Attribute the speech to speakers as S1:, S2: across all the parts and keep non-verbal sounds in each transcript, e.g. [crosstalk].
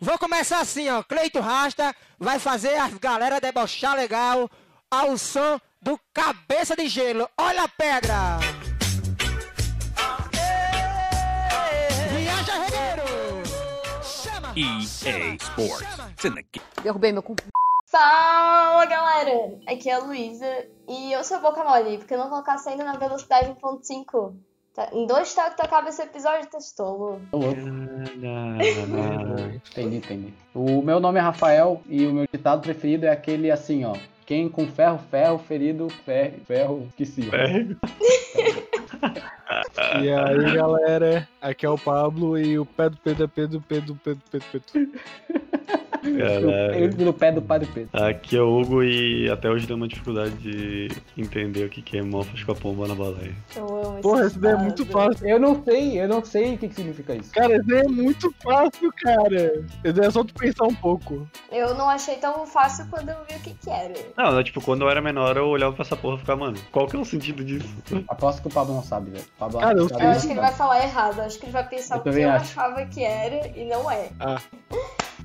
S1: Vou começar assim, ó. Cleito Rasta vai fazer as galera debochar legal ao som do Cabeça de Gelo. Olha a pedra! Viaja, Regueiro! Chama!
S2: EA Sports. é It's in the game.
S3: Derrubei meu cu.
S4: Fala galera, aqui é a Luísa e eu sou boca mole, porque eu não colocasse ainda na velocidade 1.5. Tá, Em dois toques tu acaba esse episódio, tá testolo.
S5: Tô louco.
S6: Caralho.
S5: Entendi, entendi. O meu nome é Rafael e o meu ditado preferido é aquele assim, ó. Quem com ferro, ferro, ferido, ferro, ferro, esqueci.
S7: É,
S6: E aí, galera, aqui é o Pablo e o pé do Pedro é Pedro, Pedro, Pedro, Pedro, Pedro. né?
S5: Eu pelo pé do Padre Pedro.
S6: Aqui é
S7: o Hugo e até hoje deu uma dificuldade de entender o que que é mofas com a pomba na baleia.
S4: Eu amo esse
S6: Porra, esse daí é
S4: ditado.
S6: muito fácil.
S5: Eu não sei, eu não sei o que, que significa isso.
S6: Cara, esse daí é muito fácil, cara. Esse daí é só tu pensar um pouco.
S4: Eu não achei tão fácil quando eu vi o que que era.
S7: Não, eu, tipo, quando eu era menor eu olhava pra essa porra e ficava, mano, qual que é o sentido disso?
S5: Aposto que o Pablo não sabe, velho. O Pablo
S6: Cara, eu
S5: sabe
S4: Eu acho
S5: isso,
S4: que ele
S5: cara.
S4: vai falar errado, eu acho que ele vai pensar
S5: Eu
S4: o que
S5: também
S4: eu
S5: acho.
S4: achava que era e não é.
S6: Ah.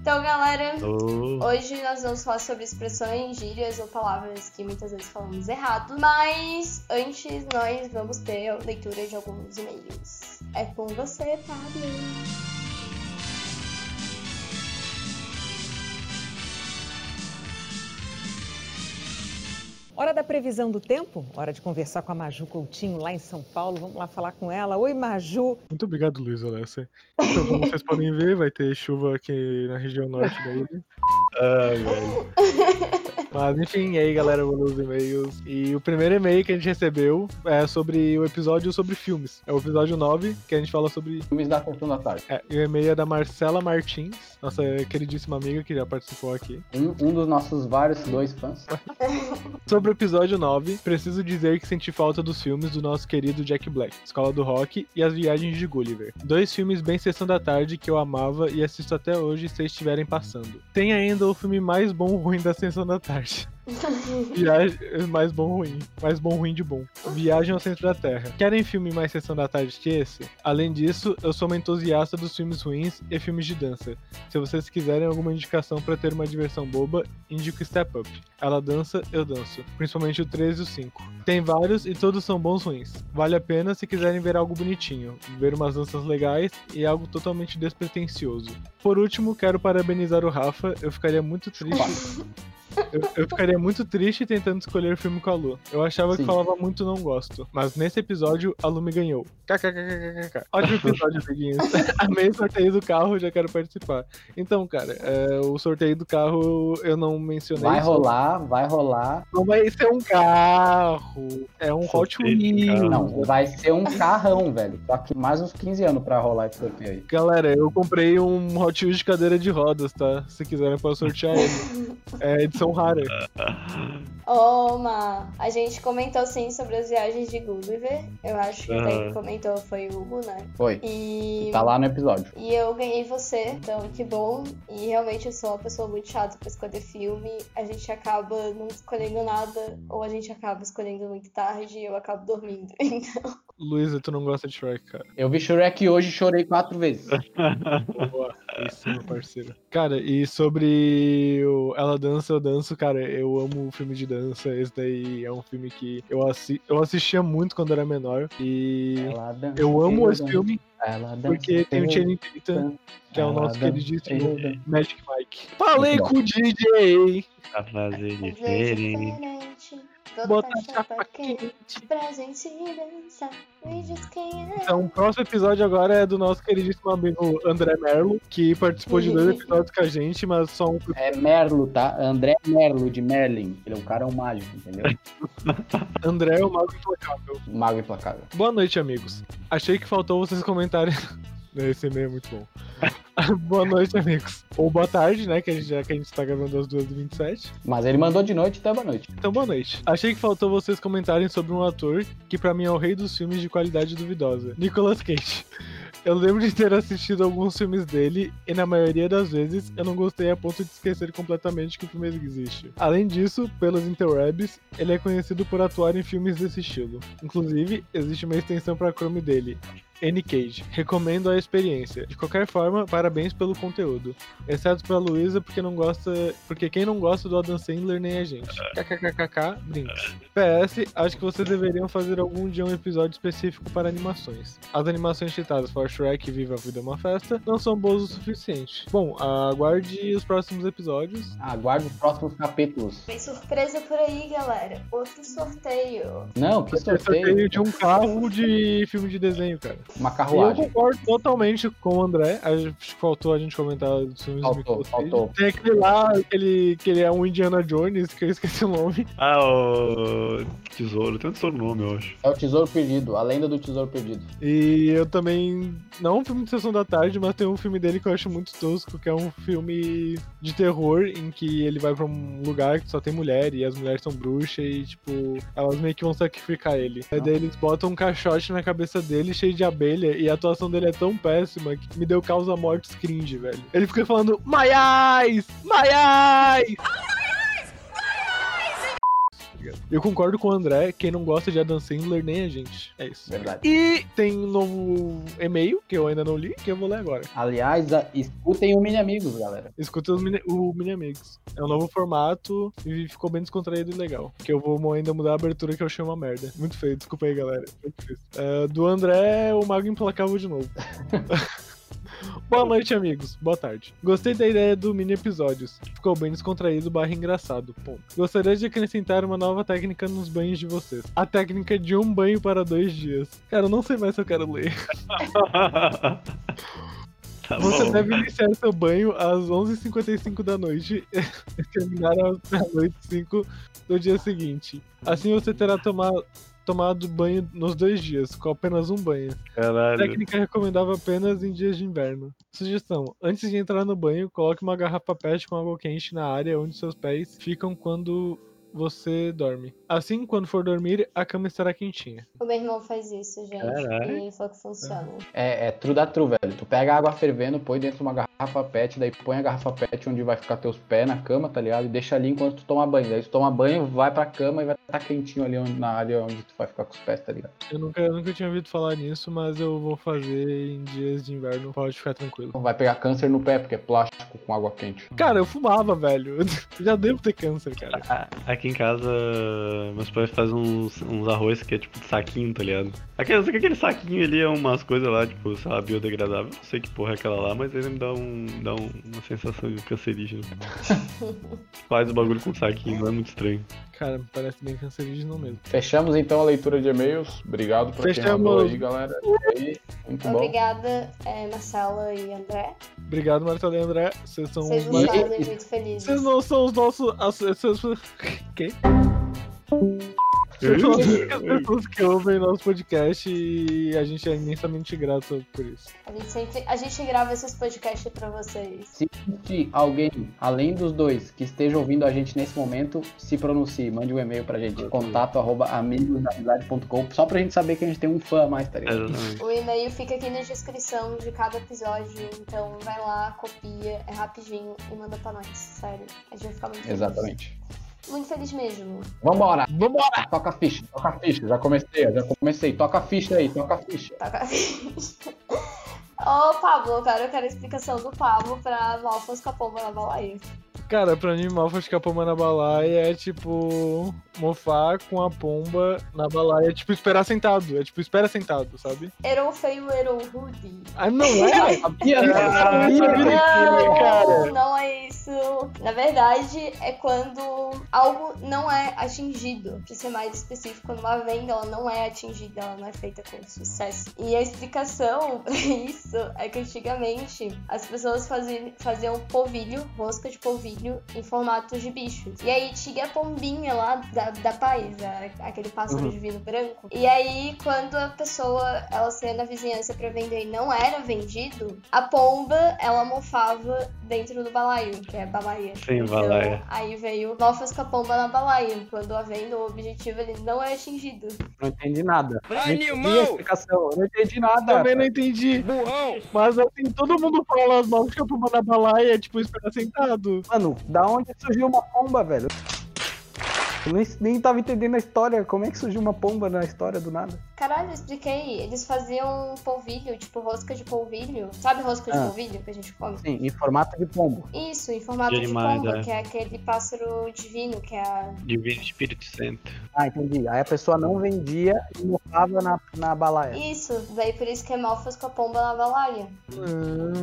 S4: Então galera,
S7: Oh, [laughs]
S4: Hoje nós vamos falar sobre expressões, gírias ou palavras que muitas vezes falamos errado, mas antes nós vamos ter a leitura de alguns e-mails. É com você, Fábio.
S8: Hora da previsão do tempo, hora de conversar com a Maju Coutinho lá em São Paulo. Vamos lá falar com ela. Oi, Maju.
S6: Muito obrigado, Luiz Alessa. Então, como vocês podem ver, vai ter chuva aqui na região norte da ilha.
S7: ah, velho.
S6: Mas enfim, e aí galera, vou ler os e-mails. E o primeiro e-mail que a gente recebeu é sobre o episódio sobre filmes. É o episódio 9, que a gente fala sobre
S5: Filmes da Sessão da Tarde.
S6: É, e o e-mail é da Marcela Martins, nossa queridíssima amiga que já participou aqui.
S5: Um, um dos nossos vários dois fãs.
S6: Tá Sobre o episódio 9, preciso dizer que senti falta dos filmes do nosso querido Jack Black, Escola do Rock e As Viagens de Gulliver. Dois filmes bem sessão da tarde que eu amava e assisto até hoje se estiverem passando. Tem ainda o filme mais bom ruim da sessão da tarde. Viagem mais bom ruim, mais bom ruim de bom. Viagem ao centro da Terra. Querem filme mais sessão da tarde que esse? Além disso, eu sou uma entusiasta dos filmes ruins e filmes de dança. Se vocês quiserem alguma indicação pra ter uma diversão boba, indico Step Up. Ela dança, eu danço. Principalmente o 3 e o 5. Tem vários e todos são bons ruins. Vale a pena se quiserem ver algo bonitinho, ver umas danças legais e algo totalmente despretensioso. Por último, quero parabenizar o Rafa. Eu ficaria muito triste. Eu, eu ficaria muito triste tentando escolher o filme com a Lu. Eu achava que
S5: Sim.
S6: falava muito não gosto. Mas nesse episódio, a Lu me ganhou. KKKKKK. Ótimo episódio,
S5: [laughs]
S6: amiguinhos. Amei o sorteio do carro, já quero participar. Então, cara, é, o sorteio do carro eu não mencionei.
S5: Vai
S6: só-
S5: rolar, vai rolar.
S6: Não vai ser um carro. É um Hot
S7: Sorteio do
S6: Wheels.
S7: carro.
S5: Não, vai ser um carrão, velho. Só que mais uns 15 anos pra rolar esse sorteio aí.
S6: Galera, eu comprei um Hot Wheels de cadeira de rodas, tá? Se quiserem, eu posso sortear ele. É edição rara.
S7: Ah.
S4: Oma! A gente comentou sim sobre as viagens de Gulliver. Eu acho que até
S7: Aham.
S4: quem comentou foi o Hugo, né?
S5: Foi.
S4: E.
S5: Tá lá no episódio.
S4: E eu ganhei você, então que bom. E realmente eu sou uma pessoa muito chata pra escolher filme. A gente acaba não escolhendo nada, ou a gente acaba escolhendo muito tarde e eu acabo dormindo. [laughs] Então,
S6: Luísa, tu não gosta de Shrek, cara.
S5: Eu vi Shrek hoje e chorei quatro vezes.
S6: Boa. Isso, meu parceiro. Cara, e sobre o Ela Dança, Eu Danço, cara, eu amo o filme de dança. Esse daí é um filme que eu, assi eu assistia muito quando era menor. E
S5: Ela dança,
S6: eu amo esse
S5: dança,
S6: filme
S5: ela dança,
S6: porque tem um o
S5: eu
S6: Channing Tatum, que é o
S5: Ela
S6: nosso
S5: dança,
S6: queridíssimo
S5: eu danço.
S6: Magic Mike. Falei
S5: Muito bom.
S6: com o DJ!
S7: Pra fazer
S4: às vezes,
S7: diferente.
S4: um diferente. Toda
S6: Bota a
S4: faixa
S6: chapa
S4: pra quem-
S6: quente.
S4: Pra gente dançar, me diz quem é.
S6: Então, o próximo episódio agora é do nosso queridíssimo amigo André Merlo, que participou de dois episódios com a gente, mas só um
S5: É Merlo, tá? André Merlo, de Merlin. Ele é um cara um mágico, entendeu? Um
S6: André é o mago implacável.
S5: Mago implacável.
S6: Boa noite, amigos. Achei que faltou vocês comentarem. [laughs] Esse e-mail é muito bom. [laughs] boa noite, amigos. Ou boa tarde, né? Que a gente, já que a gente tá gravando às 2h27.
S5: Mas ele mandou de noite, então boa noite.
S6: Então, boa noite. Achei que faltou vocês comentarem sobre um ator que, pra mim, é o rei dos filmes de qualidade duvidosa: Nicolas Cage. [laughs] Eu lembro de ter assistido alguns filmes dele e, na maioria das vezes, eu não gostei a ponto de esquecer completamente que o filme existe. Além disso, pelos interwebs, ele é conhecido por atuar em filmes desse estilo. Inclusive, existe uma extensão pra Chrome dele, N. Cage. Recomendo a experiência. De qualquer forma, parabéns pelo conteúdo. Exceto pra Luísa, porque não gosta. Porque quem não gosta do Adam Sandler nem a gente. KKKKK, brinks. PS, acho que vocês deveriam fazer algum dia um episódio específico para animações. As animações citadas for Shrek e Viva a Vida é uma Festa não são boas o suficiente. Bom, aguarde os próximos episódios.
S9: Aguardo os próximos capítulos.
S4: Tem surpresa por aí, galera. Outro sorteio.
S9: Não, que sorteio.
S6: Sorteio de um carro de filme de desenho, cara.
S9: Uma
S6: Eu
S9: carruagem.
S6: concordo totalmente com o André. Acho que faltou a gente comentar dos filmes do
S9: Faltou,
S6: Mickey
S9: faltou.
S6: Tem aquele lá, aquele, que ele é um Indiana Jones, que eu esqueci o nome.
S7: Ah, o. Tesouro. Tem um tesouro no nome, eu acho. [laughs]
S9: É o Tesouro Perdido, a lenda do Tesouro Perdido.
S6: E eu também. Não um filme de sessão da tarde, mas tem um filme dele que eu acho muito tosco, que é um filme de terror, em que ele vai pra um lugar que só tem mulher, e as mulheres são bruxas, e tipo, elas meio que vão sacrificar ele. Aí daí eles botam um caixote na cabeça dele cheio de abelha, e a atuação dele é tão péssima que me deu causa mortes cringe, velho. Ele fica falando, My eyes! Ah, My eyes! Eu concordo com o André, quem não gosta de Adam Sandler, nem a gente. É isso.
S9: Verdade.
S6: E tem um novo e-mail que eu ainda não li, que eu vou ler agora.
S9: Aliás, a- escutem o Mini Amigos, galera.
S6: Escuta os mini- o Mini Amigos. É um novo formato e ficou bem descontraído e legal. Que eu vou ainda mudar a abertura que eu achei uma merda. Muito feio, desculpa aí, galera. Foi difícil. Ah, do André, o Mago Implacável de novo. Boa noite, amigos. Boa tarde. Gostei da ideia do mini episódios. Ficou bem descontraído barra engraçado. Ponto. Gostaria de acrescentar uma nova técnica nos banhos de vocês. A técnica de um banho para dois dias. Cara, eu não sei mais se eu quero ler.
S7: tá
S6: Você
S7: bom.
S6: deve iniciar seu banho às 11h55 da noite e terminar às meia-noite e 5 do dia seguinte. Assim você terá toma- tomado banho nos dois dias, com apenas um banho.
S7: Caralho.
S6: Técnica recomendável apenas em dias de inverno. Sugestão: antes de entrar no banho, coloque uma garrafa PET com água quente na área onde seus pés ficam quando você dorme. Assim, quando for dormir, a cama estará quentinha.
S4: O meu irmão faz isso, gente.
S7: Caralho.
S4: E ele falou que funciona.
S9: É, é true da true, velho. Tu pega a água fervendo, põe dentro de uma garrafa pet, daí põe a garrafa pet onde vai ficar teus pés na cama, tá ligado? E deixa ali enquanto tu toma banho. Daí tu toma banho, vai pra cama e vai estar quentinho ali onde- na área onde tu vai ficar com os pés, tá ligado?
S6: Eu nunca, eu nunca tinha ouvido falar nisso, mas eu vou fazer em dias de inverno, pode ficar
S9: Não
S6: tranquilo.
S9: Então vai pegar câncer no pé, porque é plástico com água quente.
S6: Cara, eu fumava, velho. [laughs] Eu já devo ter câncer, cara.
S7: Ah, Aqui em casa, meus pais fazem uns, uns arroz que é tipo de saquinho, tá ligado? Aquele, só que aquele saquinho ali é umas coisas lá, tipo, sei lá, biodegradável. Não sei que porra é aquela lá, mas ele me dá, um, dá um- uma sensação de cancerígeno. Faz o bagulho com saquinho, não é muito estranho.
S6: Cara, parece bem cancerígeno mesmo.
S9: Fechamos então a leitura de e-mails. Obrigado pra quem
S6: Fechamos.
S9: mandou aí, galera. E aí, muito bom.
S4: Obrigada, é, Marcela e André.
S6: Obrigado, Marcelo Então, e André. Vocês são
S4: Vocês
S6: os
S4: nos
S6: mais...
S9: Mas-
S4: fazem muito felizes.
S6: Vocês não são os nossos... as- as- as- [laughs] Quê? Vocês são as únicas pessoas que ouvem nosso podcast e a gente é imensamente grato por isso.
S4: A gente sempre. A gente grava esses podcasts pra vocês.
S9: Se existir alguém, além dos dois, que esteja ouvindo a gente nesse momento, se pronuncie, mande um e-mail pra gente, contato arroba amigosdaamizade.com, só pra gente saber que a gente tem um fã a mais, tá ligado?
S7: Exatamente.
S4: O e-mail fica aqui na descrição de cada episódio, então vai lá, copia, é rapidinho e manda pra nós, sério. A gente vai ficar
S6: É.
S4: muito feliz.
S9: Exatamente.
S4: Muito feliz mesmo.
S9: Vambora!
S6: Vambora!
S9: Toca a ficha, toca a ficha, já comecei, já comecei, toca a ficha aí, toca a ficha.
S4: Tá [laughs] com a ficha. Ô, Pablo, cara, eu quero a explicação do Pablo pra Valfas com a pomba na balaia.
S6: Cara, pra mim, mal ficar pomba na balaia é tipo... Mofar com a pomba na balaia. É tipo esperar sentado. É tipo espera sentado, sabe?
S4: Erou feio, erou rude.
S6: Ah, não é?
S9: Eu sabia, né? Eu
S6: Caralho,
S9: sabia,
S6: sabia.
S9: né?
S4: Não,
S6: cara.
S4: não é isso. Na verdade, é quando algo não é atingido. Pra ser mais específico, quando uma venda ela não é atingida, ela não é feita com sucesso. E a explicação [laughs] pra isso é que antigamente as pessoas faziam, faziam polvilho, rosca de polvilho, em formato de bicho. E aí tinha a pombinha lá da, da paisa, aquele pássaro divino branco. E aí, quando a pessoa ela saía na vizinhança pra vender e não era vendido, a pomba ela mofava dentro do balaio, que é balaia.
S7: Sim, balaia.
S4: Aí veio mofas com a pomba na balaia, quando a venda, o objetivo ele não é atingido.
S9: Não entendi nada. Não entendi a
S10: Animal!
S9: explicação, eu não entendi nada.
S6: Também não entendi.
S10: Burrão!
S6: Mas assim, todo mundo fala as novas que eu fui mandar pra lá e é tipo esperar sentado.
S5: Mano, da onde surgiu uma pomba, velho? Eu nem, nem tava entendendo a história. Como é que surgiu uma pomba na história do nada?
S4: Caralho, eu expliquei. Eles faziam polvilho, tipo rosca de polvilho. Sabe rosca de
S5: Ah.
S4: polvilho que a gente come?
S5: Sim, em formato de pombo.
S4: Isso, em formato
S7: De
S4: de,
S7: animais,
S4: pomba,
S7: é.
S4: que é aquele pássaro divino, que é a...
S7: Divino Espírito Santo. [laughs]
S5: Ah, entendi. Aí a pessoa não vendia e mofava na, na balaia.
S4: Isso, daí por isso que é malfas com a pomba na balaia.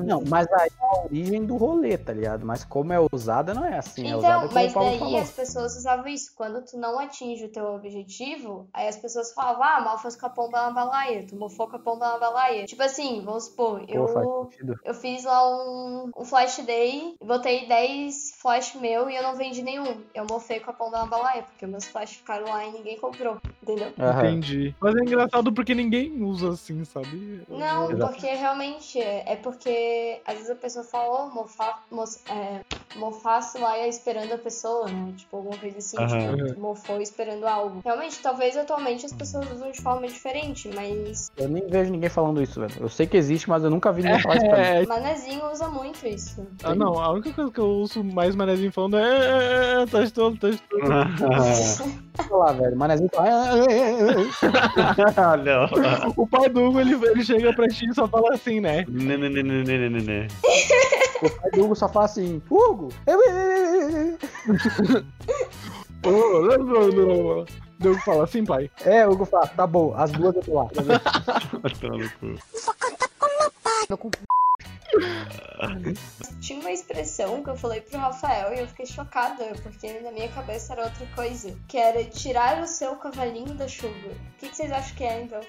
S5: Não, mas aí é a origem do rolê, tá ligado? Mas como é usada, não é assim. é usada
S4: Então,
S5: como
S4: mas
S5: o Paulo
S4: daí
S5: falou.
S4: as pessoas usavam isso. Quando tu não atinge o teu objetivo, aí as pessoas falavam, ah, mal faz com a pomba na balaia, tu mofou com a pomba na balaia. Tipo assim, vamos supor,
S5: Pô, faz
S4: eu,
S5: sentido.
S4: eu fiz lá um, um flash day, botei 10 flash meu e eu não vendi nenhum. Eu mofei com a pomba na balaia, porque meus flash ficaram lá e ninguém comprou, entendeu?
S5: Aham.
S6: Entendi. Mas é engraçado porque ninguém usa assim, sabe?
S4: Não,
S5: Exato.
S4: porque realmente é, é porque às vezes a pessoa fala, oh, mofa, mos- é, mofaço lá e é esperando a pessoa, né? Tipo, alguma coisa assim,
S7: Aham.
S4: tipo, mofou esperando algo. Realmente, talvez atualmente as pessoas usam de forma diferente, mas
S5: Eu nem vejo ninguém falando isso, velho. Eu sei que existe, mas eu nunca vi ninguém falar isso pra mim.
S6: É,
S4: Manezinho usa muito isso.
S6: ah, não, a única coisa que eu ouço mais manezinho falando é, é, é, é tá tolo, tá tolo.
S5: Lá, velho. Manezinho fala. "Ah, ah,
S7: Olha, ó.
S6: O pai do Hugo, ele, ele chega pra ti e só fala assim, né?
S7: [laughs] Né, né, né, né, né, né, né.
S5: ah, ah." O pai do Hugo só fala assim: Hugo! eu- eu- eu- eu- eu."
S6: Deu fala assim, pai.
S5: É, o Hugo fala: tá bom, as duas eu tô lá. [laughs]
S7: Vai tomar no cu.
S4: Tinha uma expressão que eu falei pro Rafael e eu fiquei chocada, porque na minha cabeça era outra coisa. Que era tirar o seu cavalinho da chuva. O que, que vocês acham que é, então?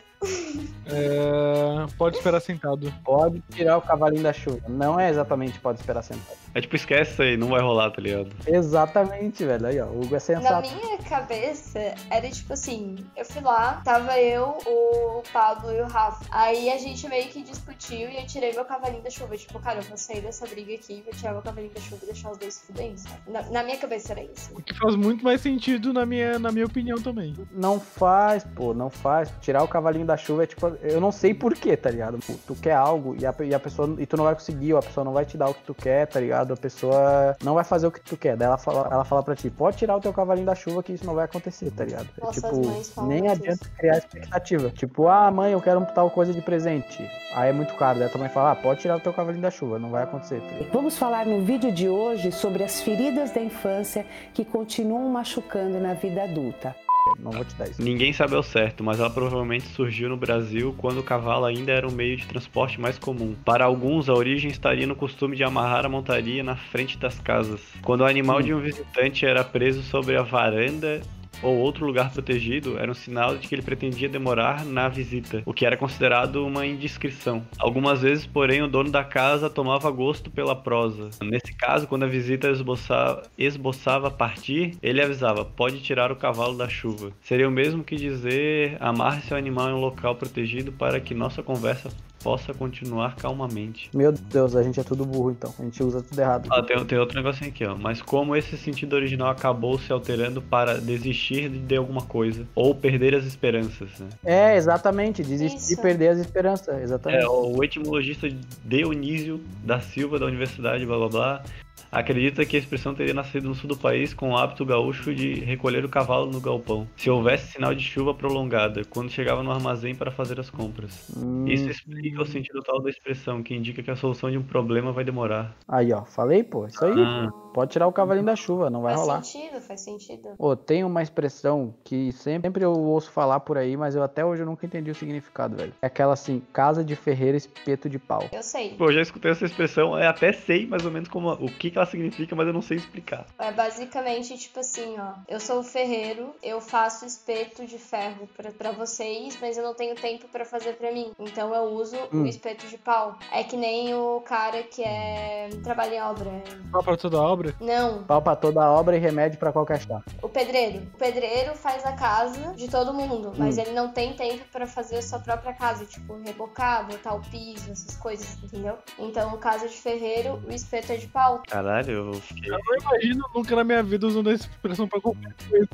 S6: É, pode esperar sentado.
S5: Pode tirar o cavalinho da chuva. Não é exatamente pode esperar sentar.
S7: É tipo, esquece isso aí, não vai rolar, tá ligado?
S5: Exatamente, velho. Aí, ó. O Hugo é
S4: Na
S5: sensato.
S4: minha cabeça, era tipo assim, eu fui lá, tava eu, o Pablo e o Rafa. Aí a gente meio que discutiu e eu tirei meu cavalinho da chuva. Tipo, cara, eu vou sair dessa briga aqui, vou tirar meu cavalinho da chuva e deixar os dois se fudendo, sabe? Na, na minha cabeça era isso.
S6: O que faz muito mais sentido na minha, na minha opinião também.
S5: Não faz, pô, não faz. Tirar o cavalinho da chuva é tipo, eu não sei porquê, tá ligado? Pô, Tu quer algo e a, pe- e a pessoa e tu não vai conseguir, ou a pessoa não vai te dar o que tu quer, tá ligado? A pessoa não vai fazer o que tu quer. Daí ela fala, ela fala pra ti, pode tirar o teu cavalinho da chuva que isso não vai acontecer, tá ligado? É
S4: Nossa, as mães
S5: tipo,
S4: falam
S5: nem
S4: muito
S5: adianta criar expectativa. Tipo, ah, mãe, eu quero tal coisa de presente. Aí é muito caro. Daí a tua mãe fala, ah, pode tirar o teu cavalinho da chuva, não vai acontecer, tá ligado?
S3: Vamos falar no vídeo de hoje sobre as feridas da infância que continuam machucando na vida adulta.
S5: Não vou te dar isso.
S7: Ninguém sabe ao certo, mas ela provavelmente surgiu no Brasil quando o cavalo ainda era o meio de transporte mais comum. Para alguns, a origem estaria no costume de amarrar a montaria na frente das casas. Quando o animal de um visitante era preso sobre a varanda ou outro lugar protegido, era um sinal de que ele pretendia demorar na visita, o que era considerado uma indiscrição. Algumas vezes, porém, o dono da casa tomava gosto pela prosa. Nesse caso, quando a visita esboça- esboçava partir, ele avisava: pode tirar o cavalo da chuva. Seria o mesmo que dizer: amarre seu animal em um local protegido para que nossa conversa possa continuar calmamente.
S5: Meu Deus, a gente é tudo burro então. A gente usa tudo errado.
S7: Ah, tem, tem outro negocinho aqui, ó. Mas como esse sentido original acabou se alterando para desistir de alguma coisa ou perder as esperanças, né?
S5: É, exatamente. Desistir
S4: Isso.
S5: e perder as esperanças. Exatamente.
S7: É, o etimologista Dionísio da Silva, da Universidade, blá blá blá, acredita que a expressão teria nascido no sul do país com o hábito gaúcho de recolher o cavalo no galpão, se houvesse sinal de chuva prolongada, quando chegava no armazém para fazer as compras.
S5: Hum,
S7: Isso é- explica o sentido tal da expressão, que indica que a solução de um problema vai demorar.
S5: Aí, ó. Falei, pô. Isso aí.
S7: Ah.
S5: pô. Pode tirar o cavalinho da chuva, não vai
S4: faz
S5: rolar.
S4: sentido, faz sentido.
S5: Ô, tem uma expressão que sempre, sempre eu ouço falar por aí, mas eu até hoje eu nunca entendi o significado, velho. É aquela assim, casa de ferreiro espeto de pau.
S4: Eu sei.
S7: Pô, eu já escutei essa expressão, eu até sei mais ou menos como, o que, que ela significa, mas eu não sei explicar.
S4: É basicamente tipo assim, ó. Eu sou o ferreiro, eu faço espeto de ferro pra, pra vocês, mas eu não tenho tempo pra fazer pra mim. Então eu uso o
S5: Hum.
S4: espeto de pau. É que nem o cara que é trabalha em obra.
S6: Só pra toda obra.
S4: Não,
S5: Pau pra toda obra e remédio pra qualquer chá.
S4: O pedreiro. O pedreiro faz a casa de todo mundo, mas ele não tem tempo pra fazer a sua própria casa, tipo, rebocar, botar o piso, essas coisas, entendeu? Então, casa de ferreiro, o espeto é de pau.
S7: Caralho, eu fiquei...
S6: Eu não imagino nunca na minha vida usando essa expressão pra qualquer coisa.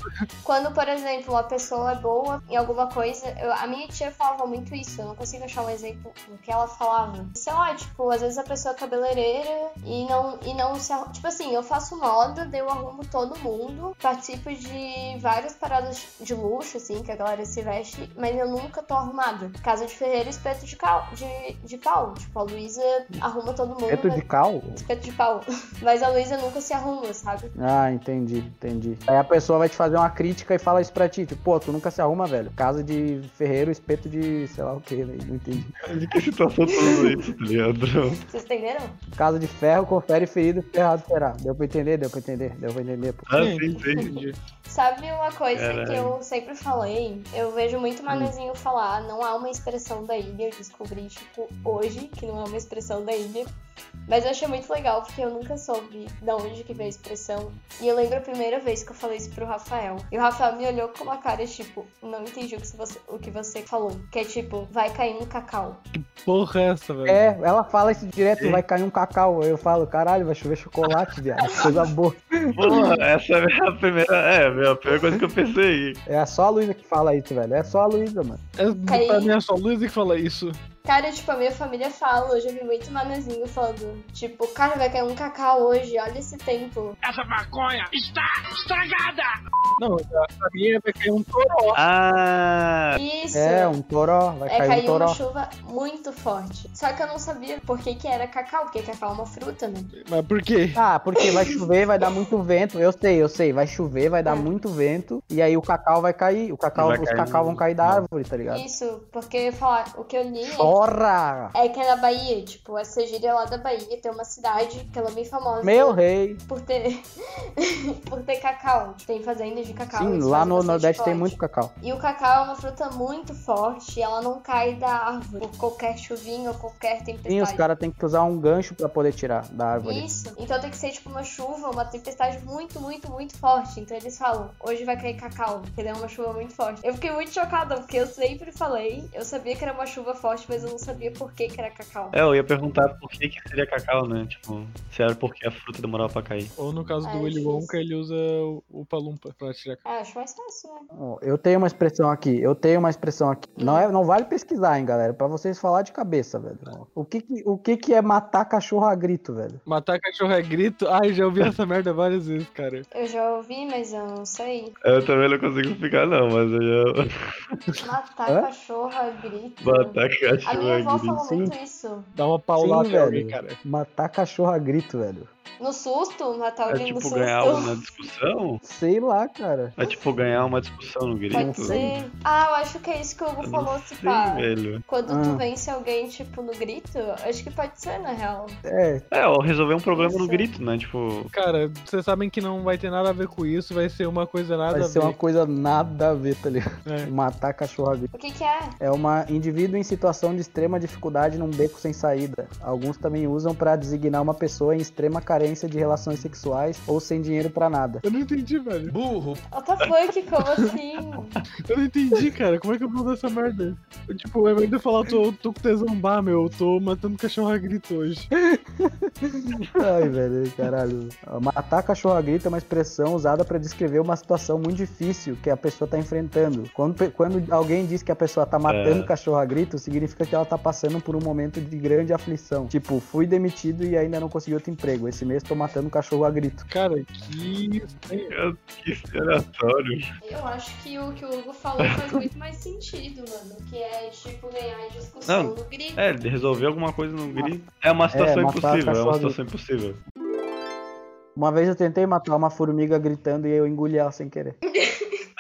S4: Quando, por exemplo, uma pessoa é boa em alguma coisa, eu- a minha tia falava muito isso, eu não consigo achar um exemplo do é que ela falava. Sei lá, tipo, às vezes a pessoa é cabeleireira e não, e não se arru- Tipo assim, eu eu faço moda, daí eu arrumo todo mundo, participo de várias paradas de luxo, assim, que a galera se veste, mas eu nunca tô arrumada. Casa de Ferreira, espeto de, cal, de, de pau. Tipo, a Luísa arruma todo mundo.
S5: Preto
S4: mas-
S5: de cal?
S4: Espeto de pau. [laughs] Mas a Luísa nunca se arruma, sabe?
S5: Ah, entendi, entendi. Aí a pessoa vai te fazer uma crítica e fala isso pra ti, tipo, pô, tu nunca se arruma, velho. Casa de ferreiro, espeto de sei lá o que, velho, não entendi.
S7: Ah, De que situação tudo isso, tá ligado?
S4: Vocês entenderam?
S5: Casa de ferro, confere ferido, ferrado será. Deu pra entender, deu pra entender, deu pra entender. Pô.
S7: Ah, sim, sim.
S6: Entendi.
S4: Sabe uma coisa
S7: Caralho. Hum.
S4: que eu sempre falei? Eu vejo muito Manuzinho falar, não há uma expressão da ilha. Eu descobri, tipo, hoje que não é uma expressão da ilha. Mas eu achei muito legal, porque eu nunca soube da onde que veio a expressão. E eu lembro a primeira vez que eu falei isso pro Rafael. E o Rafael me olhou com uma cara, tipo, não entendi o que você, o que você falou. Que é tipo, vai cair no cacau.
S6: Porra é essa, velho.
S5: É, ela fala isso direto, vai cair um cacau. Aí eu falo, caralho, vai chover chocolate, viado.
S7: [laughs]
S5: Coisa boa.
S7: Porra, essa é a primeira. É, a primeira coisa que eu pensei.
S5: É só a Luísa que fala isso, velho. É só a Luísa, mano.
S6: É,
S4: Caí.
S6: Pra mim é só a Luísa que fala isso.
S4: Cara, tipo, a minha família fala, hoje eu vi muito Manuzinho falando, tipo, cara, vai cair um cacau hoje, olha esse tempo.
S6: Não, pra pra mim é vai cair um toró.
S7: Ah!
S4: Isso!
S5: É, um toró, vai
S4: É,
S5: cair um
S4: caiu uma
S5: toró.
S4: chuva muito forte. Só que eu não sabia por que, que era cacau, porque cacau é uma fruta, né?
S6: Mas por quê?
S5: Ah, porque vai chover, vai dar muito vento. Eu sei, eu sei. Vai chover, vai
S4: É.
S5: dar muito vento. E aí o cacau vai cair. O cacau,
S7: Vai
S5: os
S7: cair um
S5: cacau
S7: no-
S5: vão cair da árvore, tá ligado?
S4: Isso, porque falar, o que eu li é-
S5: Chora!
S4: é que é da Bahia, tipo, essa gíria é lá da Bahia, tem uma cidade que ela é bem famosa
S5: Meu rei!
S4: [laughs] por ter [laughs] por ter cacau. Tem fazendas de cacau.
S5: Sim,
S4: eles
S5: lá
S4: fazem
S5: no
S4: bastante
S5: Nordeste tem
S4: corte.
S5: muito cacau.
S4: E o cacau é uma fruta muito forte, e ela não cai da árvore por qualquer chuvinha ou qualquer
S5: Sim, os
S4: tempestade.
S5: caras têm que usar um gancho pra poder tirar da árvore.
S4: Isso. Então tem que ser tipo uma chuva, uma tempestade muito, muito, muito forte. Então eles falam, hoje vai cair cacau, porque é uma chuva muito forte. Eu fiquei muito chocada, porque eu sempre falei, eu sabia que era uma chuva forte, mas eu não sabia por que, que era cacau.
S7: É, eu ia perguntar por que, que seria cacau, né? Tipo, se era porque a fruta demorava pra cair.
S6: Ou no caso
S4: Ah,
S6: do Willy
S4: difícil.
S6: Wonka, ele usa o, o palumpa pra tirar.
S4: Ah, acho mais fácil, né?
S5: Ó, Eu tenho uma expressão aqui, eu tenho uma expressão aqui. Não, é, não vale pesquisar, hein, galera. Pra vocês falar de cabeça, velho. O que, que- o que, que é matar cachorro a grito, velho?
S6: Matar cachorro é grito? Ai, já ouvi essa merda várias vezes, cara.
S4: Eu já ouvi, mas eu não sei.
S7: Eu também não consigo ficar, não, mas eu já.
S4: Matar
S5: Hã?
S4: cachorro a grito.
S7: Matar é
S4: A minha avó
S7: cachorro
S4: falou muito isso.
S6: Dá uma paulada
S5: Sim,
S6: em alguém,
S5: velho.
S6: cara.
S5: Matar cachorro a grito, velho.
S4: No susto, matar
S7: É
S4: alguém no
S7: tipo
S4: susto.
S7: ganhar uma discussão?
S5: Sei lá, cara.
S7: É tipo ganhar uma discussão no grito?
S4: Pode ser. Ah, eu acho que é isso que o Hugo
S7: Eu
S4: falou,
S7: não
S4: se
S7: sei,
S4: pá.
S7: velho.
S4: Quando
S5: Ah.
S4: tu vence alguém, tipo, no grito, acho que pode ser, na real.
S5: É,
S7: É, ou resolver um problema no
S4: Isso.
S7: grito, né? Tipo,
S6: Cara, vocês sabem que não vai ter nada a ver com isso, vai ser uma coisa nada
S5: vai
S6: a
S5: ser
S6: ver.
S5: uma coisa nada a ver, tá ligado? [laughs]
S6: É.
S5: Matar cachorro a grito.
S4: O que que é?
S5: É uma indivíduo em situação de extrema dificuldade num beco sem saída. Alguns também usam pra designar uma pessoa em extrema carência de relações sexuais ou sem dinheiro pra nada.
S6: Eu não entendi, velho.
S4: What the fuck? Como assim?
S6: Eu não entendi, cara. Como é que eu vou dar essa merda? Eu, tipo, eu ainda falar, tô, tô com tesão bah, meu. Eu tô matando cachorro a grito hoje.
S5: Ai, velho, caralho. Matar cachorro a grito é uma expressão usada pra descrever uma situação muito difícil que a pessoa tá enfrentando. Quando, pe- quando alguém diz que a pessoa tá matando
S7: É.
S5: cachorro a grito, significa que ela tá passando por um momento de grande aflição. Tipo, fui demitido e ainda não consegui outro emprego. Esse mês tô matando cachorro a grito.
S6: Cara, que estranho.
S7: eu- que aleatório.
S4: [laughs] Eu acho que o que o Hugo falou faz muito mais sentido, mano. Que é, tipo, ganhar a discussão
S7: Não,
S4: no grito.
S7: É, ele resolveu alguma coisa no grito. É uma situação
S5: matar
S7: impossível, é
S5: cachorro
S7: uma situação impossível.
S5: Uma vez eu tentei matar uma formiga gritando e eu engoli ela sem querer.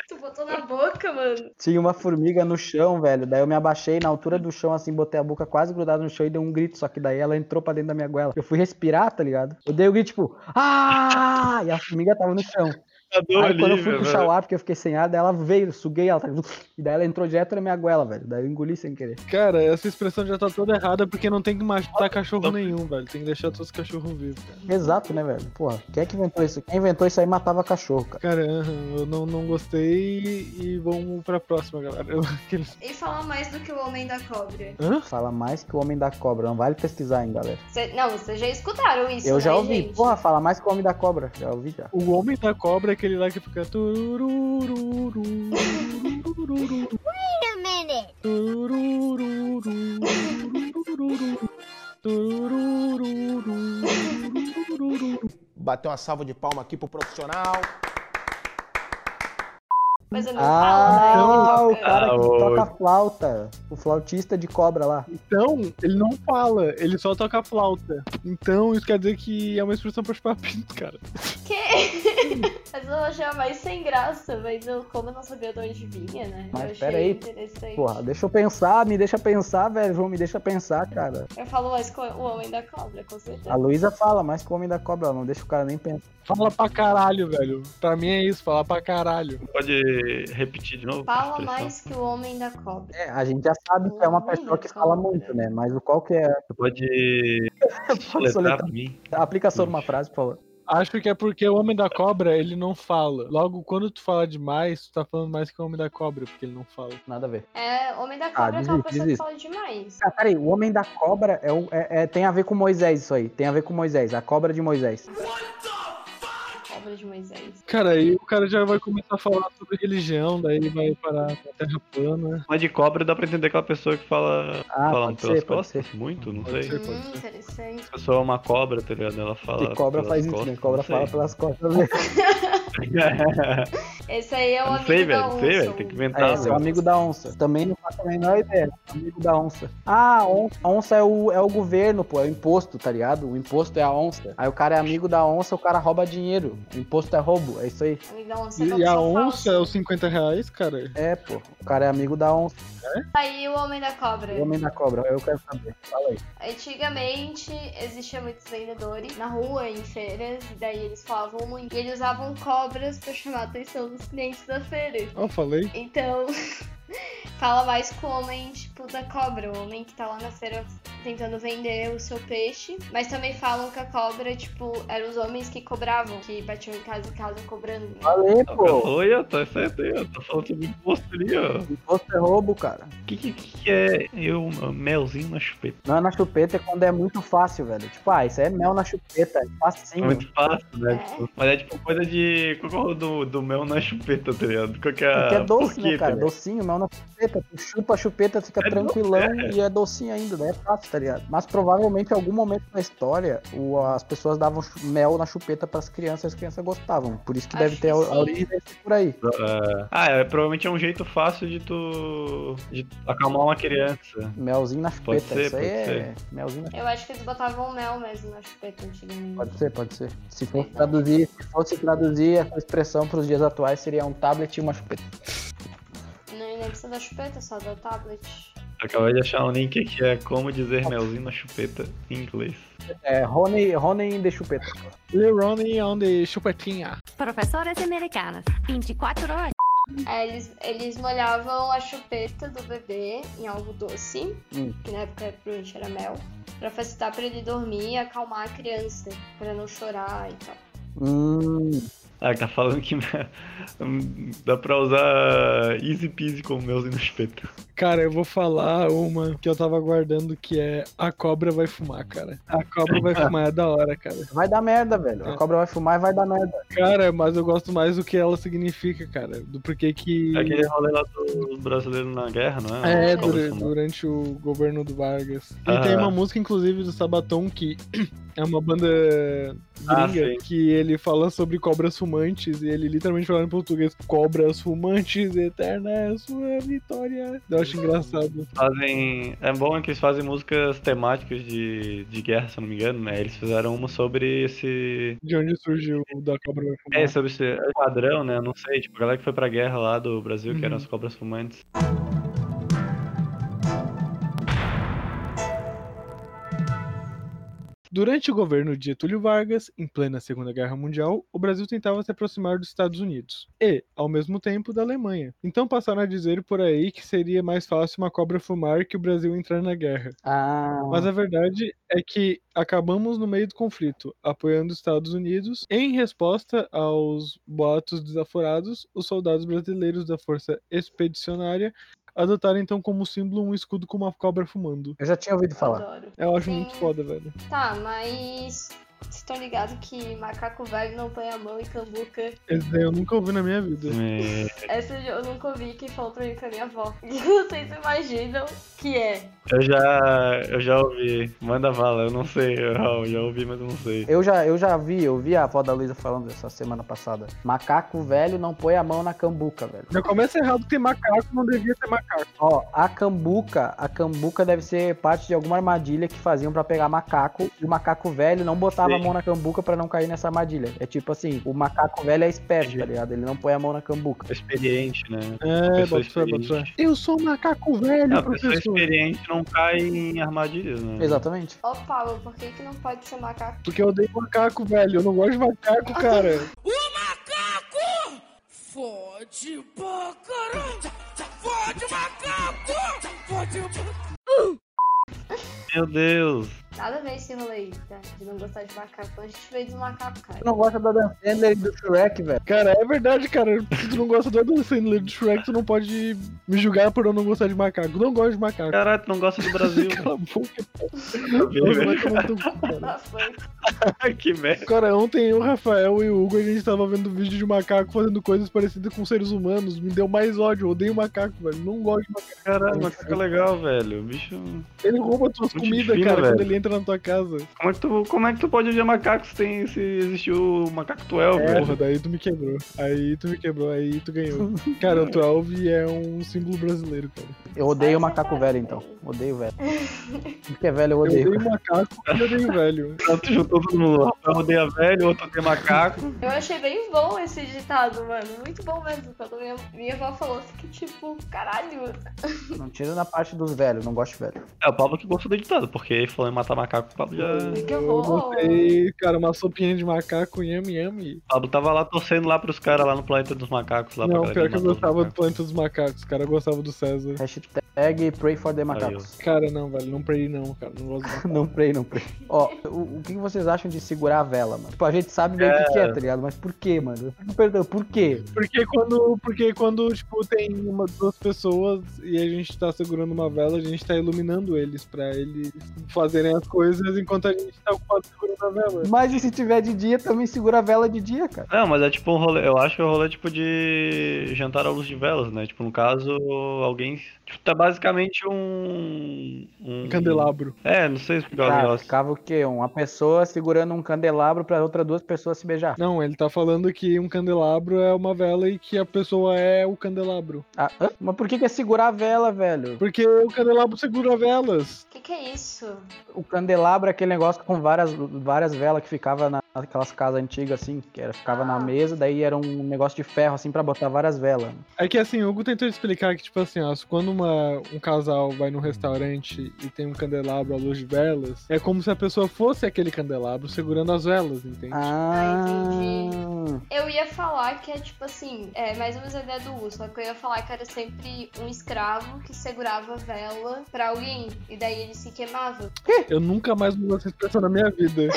S4: Tu botou na boca, mano.
S5: Tinha uma formiga no chão, velho. Daí eu me abaixei na altura do chão, assim, botei a boca quase grudada no chão e dei um grito. Só que daí ela entrou pra dentro da minha goela. Eu fui respirar, tá ligado? Eu dei o grito, tipo, ah! E a formiga tava no chão.
S7: Tá
S5: Aí
S6: é
S5: quando eu fui puxar o ar, porque eu fiquei sem ar, daí ela veio, eu suguei ela, tá ligado? E daí ela entrou direto na minha goela, velho. Daí eu engoli sem querer.
S6: Cara, essa expressão já tá toda errada porque não tem que matar cachorro nenhum, velho. Tem que deixar todos os cachorros vivos, cara.
S5: Exato, né, velho? Porra, quem é que inventou isso? Quem inventou isso aí matava cachorro, cara.
S6: Cara, aham, eu não, não gostei e vamos pra próxima, galera. [laughs] Eu- aqueles-
S4: E falar mais do que o Homem da Cobra.
S6: Hã?
S5: Fala mais que o homem da cobra. Não vale pesquisar, hein, galera.
S4: Cê- não, vocês já escutaram isso,
S5: eu
S4: né,
S5: já ouvi.
S4: gente?
S5: Porra, fala mais que o homem da cobra. Já ouvi já.
S6: O homem da cobra é aquele lá que fica. tururururu, tururururu, tururururu, tururururu, tururururu.
S1: bater uma salva de palma aqui pro profissional.
S4: Mas eu não
S5: Ah,
S4: falo,
S5: o
S4: né?
S5: cara que
S7: Ah, o-
S5: toca flauta. O flautista de cobra lá.
S6: Então, ele não fala, ele só toca flauta. Então, isso quer dizer que é uma expressão pra chupar pinto, cara.
S4: Que? [laughs] mas eu achava mais sem graça, mas eu, como eu não sabia de onde vinha, né?
S5: Mas
S4: eu achei
S5: peraí,
S4: interessante.
S5: Porra, deixa eu pensar, me deixa pensar, velho, João, me deixa pensar, cara.
S4: Eu falo mais com o Homem da Cobra, com
S5: A
S4: certeza.
S5: Luísa fala, mas com o homem da cobra, ela não deixa o cara nem pensar.
S6: Fala pra caralho, velho. Pra mim é isso, falar pra caralho.
S7: Pode repetir de novo?
S4: Fala
S7: expressão?
S4: mais que o Homem da Cobra.
S5: É, a gente já sabe que é uma pessoa que fala muito, né? Mas o qual que é?
S7: Você
S5: [laughs]
S7: pode soletrar
S5: soletrar.
S7: pra mim?
S5: Aplica só numa frase, por favor.
S6: Acho que é porque o Homem da Cobra, ele não fala. Logo, quando tu fala demais, tu tá falando mais que o Homem da Cobra, porque ele não fala.
S5: Nada a ver.
S4: É, Homem da Cobra é
S5: diz
S4: aquela pessoa
S5: isso, diz
S4: que
S5: isso.
S4: fala demais.
S5: Ah, peraí, o homem da cobra é, o- é- é- tem a ver com Moisés isso aí. Tem a ver com Moisés, a cobra de Moisés.
S4: Cobra é de Moisés.
S6: Cara, aí o cara já vai começar a falar sobre religião, daí vai parar na terra plana.
S7: Mas de cobra dá pra entender aquela pessoa que fala,
S5: Ah,
S7: fala
S5: pode
S7: pelas
S5: ser, pode
S7: costas? Muito, não
S6: Pode
S7: sei.
S6: ser.
S4: Hum, interessante.
S7: A pessoa é uma cobra, tá ligado? Ela fala.
S5: E cobra
S7: pelas
S5: faz isso,
S7: costas,
S5: né? Cobra
S7: não sei. É,
S5: fala pelas costas. né?
S7: [laughs]
S4: Esse aí é o
S7: Não
S4: amigo
S7: sei,
S4: da
S7: velho, não sei, velho.
S4: Onça,
S7: Tem que
S4: o-
S7: inventar.
S5: É, seu
S7: mano.
S5: amigo da onça. Também não faço a menor ideia. Amigo da onça. Ah, on- a onça é o, é o governo, pô. É o imposto, tá ligado? O imposto é a onça. Aí o cara é amigo da onça, o cara rouba dinheiro. O imposto é roubo, é isso aí.
S4: amigo da Onça. é uma
S6: E a
S4: pessoa
S6: onça é
S4: falsa.
S6: os 50 reais, cara?
S5: É, pô. O cara é amigo da onça.
S4: Aí o Homem da Cobra.
S5: O homem da cobra. Eu quero saber. Fala aí.
S4: Antigamente existiam muitos vendedores na rua, em feiras, e daí eles falavam muito. E eles usavam cobras pra chamar a atenção dos clientes da feira.
S6: Ah, Eu falei.
S4: Então, [laughs] fala mais com o homem, tipo, da cobra, o homem que tá lá na feira tentando vender o seu peixe. Mas também falam que a cobra, tipo, eram os homens que cobravam, que batiam em casa em casa cobrando. né?
S5: Falei,
S7: Ah, o cara
S5: pô.
S7: falou aí, ó, tá certo aí, ó. Tá falando sobre imposto ali, ó.
S5: Imposto é roubo, cara.
S7: O que, que, que é eu, melzinho na chupeta?
S5: Não é na chupeta é quando é muito fácil, velho. Tipo, ah, isso aí é mel na chupeta. É facinho.
S7: Muito fácil, né?
S4: É.
S7: Tipo, mas é tipo coisa de. Qual que é o do, do mel na chupeta, tá ligado? Qual que é,
S5: Porque é
S7: a-
S5: doce,
S7: por
S5: né,
S7: quê,
S5: cara?
S7: tá ligado?
S5: Docinho, mel na chupeta. Tu chupa a chupeta, fica
S7: É
S5: tranquilão e é docinho ainda, né? É fácil, tá ligado? Mas provavelmente em algum momento da história o- as pessoas davam chu- mel na chupeta pras crianças e as crianças gostavam. Por isso que
S4: Acho
S5: deve ter a,
S4: que sim.
S5: a origem deve ser por aí.
S7: Ah, é, provavelmente é um jeito fácil de tu. de tu acalmar uma criança.
S5: Melzinho na chupeta.
S7: Pode ser,
S5: isso aí
S7: pode
S5: é melzinho na
S4: Eu acho que eles botavam um mel mesmo na chupeta antigamente.
S5: Pode ser, pode ser. Se fosse traduzir, se fosse traduzir essa expressão pros dias atuais, seria um tablet e uma chupeta.
S4: Não, e nem precisa da chupeta, só da tablet.
S7: Acabei de achar um link aqui que é como dizer melzinho na chupeta em inglês.
S5: É, Rony, Rony de chupeta.
S6: Lerone on the chupetinha.
S11: Professoras americanas, 24 horas.
S4: Aí É, eles, eles molhavam a chupeta do bebê em algo doce,
S5: Hum.
S4: que na época provavelmente era mel, pra facilitar pra ele dormir e acalmar a criança, pra não chorar e tal.
S5: Hum,
S7: Ah, tá falando que [laughs] dá pra usar easy peasy como melzinho na chupeta.
S6: Cara, eu vou falar uma que eu tava guardando que é a cobra vai fumar, cara. A cobra vai fumar é da hora, cara.
S5: vai dar merda, velho.
S4: É.
S5: A cobra vai fumar e vai dar merda.
S6: Cara, mas eu gosto mais do que ela significa, cara. Do porquê que.
S7: É aquele rolê lá do brasileiro na guerra, não é?
S6: É,
S7: Como
S6: dura-
S7: isso,
S6: durante o governo do Vargas. E
S7: Ah.
S6: tem uma música, inclusive, do Sabaton, que [clears throat] é uma banda
S7: Ah,
S6: gringa,
S7: sim.
S6: que ele fala sobre cobras fumantes, e ele literalmente fala em português, cobras fumantes, eterna é a sua vitória. Eu acho
S7: Uhum.
S6: engraçado.
S7: fazem. É bom que eles fazem músicas temáticas de, de guerra, se eu não me engano, né? Eles fizeram uma sobre esse.
S6: De onde surgiu o da cobra vai fumar.
S7: É, sobre esse padrão, né? Não sei, tipo, a galera que foi pra guerra lá do Brasil, que eram
S6: Uhum.
S7: as cobras
S6: [laughs]
S7: fumantes.
S6: Durante o governo de Getúlio Vargas, em plena Segunda Guerra Mundial, o Brasil tentava se aproximar dos Estados Unidos e, ao mesmo tempo, da Alemanha. Então passaram a dizer por aí que seria mais fácil uma cobra fumar que o Brasil entrar na guerra.
S5: Ah,
S6: Mas a verdade é que acabamos no meio do conflito, apoiando os Estados Unidos. Em resposta aos boatos desaforados, os soldados brasileiros da Força Expedicionária adotaram então como símbolo um escudo com uma cobra fumando.
S5: eu já tinha ouvido falar.
S4: Adoro.
S6: Eu acho
S4: Sim.
S6: muito foda, velho.
S4: Tá, mas Vocês estão ligados que macaco velho não põe a mão em cambuca?
S6: Esse daí eu nunca ouvi na minha vida.
S7: É,
S4: Essa eu nunca ouvi quem falou pra mim que é minha avó. [laughs] E vocês imaginam que é.
S7: Eu já, eu já ouvi. Manda bala, eu não sei, Raul, já ouvi, mas eu não sei.
S5: Eu já, eu já vi, eu vi a avó da Luísa falando essa semana passada. Macaco velho não põe a mão na cambuca, velho.
S6: Já começa errado tem macaco, não devia ter macaco.
S5: Ó, a cambuca, a cambuca deve ser parte de alguma armadilha que faziam pra pegar macaco. E o macaco velho não botava a mão na cambuca pra não cair nessa armadilha. É tipo assim, o macaco velho é esperto, tá ligado? Ele não põe a mão na cambuca.
S7: É Experiente, né?
S6: É,
S7: Pessoa
S6: bota fé, bota fé.
S7: experiente.
S6: Eu sou um macaco velho,
S7: Ah, a pessoa
S6: professor.
S7: experiente não cai em armadilhas, né?
S5: Exatamente.
S4: Ó, Paulo, por que, que não pode ser macaco?
S6: Porque eu odeio macaco, velho. Eu não gosto de macaco, cara.
S12: Fode pra caralho! Fode macaco! Fode
S7: Meu Deus.
S4: Nada a ver esse rolê aí, tá? De não gostar de macaco. A gente veio dos macacos, cara.
S5: Tu não gosta da Dan Sandler e do Shrek, velho.
S6: Cara, é verdade, cara. Se tu não gosta do Adam Sandler e do Shrek, tu não pode me julgar por eu não gostar de macaco. Eu Não gosto de macaco.
S7: Caralho, tu não gosta do
S6: [laughs]
S7: Brasil.
S6: Cala a boca, pô.
S7: velho.
S6: Vai tomar no teu cu, cara.
S4: Lá foi.
S7: [laughs] que merda.
S6: Cara, ontem eu, Rafael e o Hugo, a gente tava vendo vídeo de macaco fazendo coisas parecidas com seres humanos. Me deu mais ódio. Eu odeio macaco, velho. Não gosto de macaco.
S7: Caralho, macaco é legal, velho. O Bicho.
S6: Ele rouba tuas
S7: Muito
S6: comidas,
S7: fino,
S6: cara, quando
S7: velho.
S6: ele entra na tua casa.
S7: Como é que tu, como é que tu pode odiar macaco se, tem, se existiu o macaco 12,
S6: Porra,
S7: velho?
S6: daí tu me quebrou. Aí tu me quebrou, aí tu ganhou. Cara, o 12 é um símbolo brasileiro, cara.
S5: Eu odeio o macaco velho, então. Odeio [laughs] velho. Porque é velho eu
S6: Eu
S5: odeio.
S6: odeio macaco e eu odeio velho.
S7: Então tu juntou todo mundo. Rafael odeia velho, outro odeia macaco.
S4: Eu achei bem bom esse ditado, mano. Muito bom mesmo. Quando minha, minha avó falou assim que, tipo, caralho,
S5: Não tira na parte dos velhos, não gosto de velho.
S7: É o Pablo que gostou do ditado, porque falou em matar macaco, o Pablo já.
S4: que
S6: Eu
S4: horror.
S6: gostei, cara, uma sopinha de macaco, yami yami.
S7: O Pablo tava lá torcendo lá pros caras lá no planeta dos macacos lá
S6: Não,
S7: pra
S6: pior
S7: galera
S6: que eu
S7: matou os
S6: gostava do
S7: macacos.
S6: Planeta dos Macacos, cara, eu gostava do César.
S5: Hashtag pray for the macacos.
S6: Cara, não, velho, não pra ele não, cara, não gosto do macaco.
S5: Não pray, não pray. Ó, o, o que vocês acham de segurar a vela, mano? Tipo, a gente sabe bem o que que é, tá ligado? Mas por quê, mano? Eu fico perguntando, por quê?
S6: Porque quando, porque quando, tipo, tem uma, duas pessoas e a gente tá segurando uma vela, a gente tá iluminando eles pra eles fazerem as coisas enquanto a gente tá ocupado segurando a vela.
S5: Mas e se tiver de dia, também segura a vela de dia, cara.
S7: Não, mas é tipo um rolê. Eu acho que é um rolê tipo de jantar à luz de velas, né? Tipo, no caso, alguém. Tipo, tá basicamente um. Um
S6: Um candelabro.
S7: É, não sei explicar o
S5: Cara,
S7: negócio.
S5: Tá, ficava o quê? Uma pessoa segurando um candelabro pra outras duas pessoas se beijar.
S6: Não, ele tá falando que um candelabro é uma vela e que a pessoa é o candelabro.
S5: Ah, hã? mas por que, que é segurar a vela, velho?
S6: Porque o candelabro segura velas.
S4: O que, que é isso?
S5: O candelabro é aquele negócio com várias, várias velas que ficava na- naquelas casas antigas, assim, que era, ficava na mesa, daí era um negócio de ferro, assim, pra botar várias velas.
S6: É que assim, o Hugo tentou explicar que, tipo assim, ó, quando uma, um casal vai num restaurante e tem um candelabro à luz de velas, é como se a pessoa fosse aquele candelabro segurando as velas, entende?
S5: Ah,
S4: entendi. Eu ia falar que é tipo assim, é mais ou menos a ideia do urso, só que eu ia falar que era sempre um escravo que segurava a vela pra alguém, e daí ele se queimava.
S6: Eu nunca mais uso essa expressão na minha vida.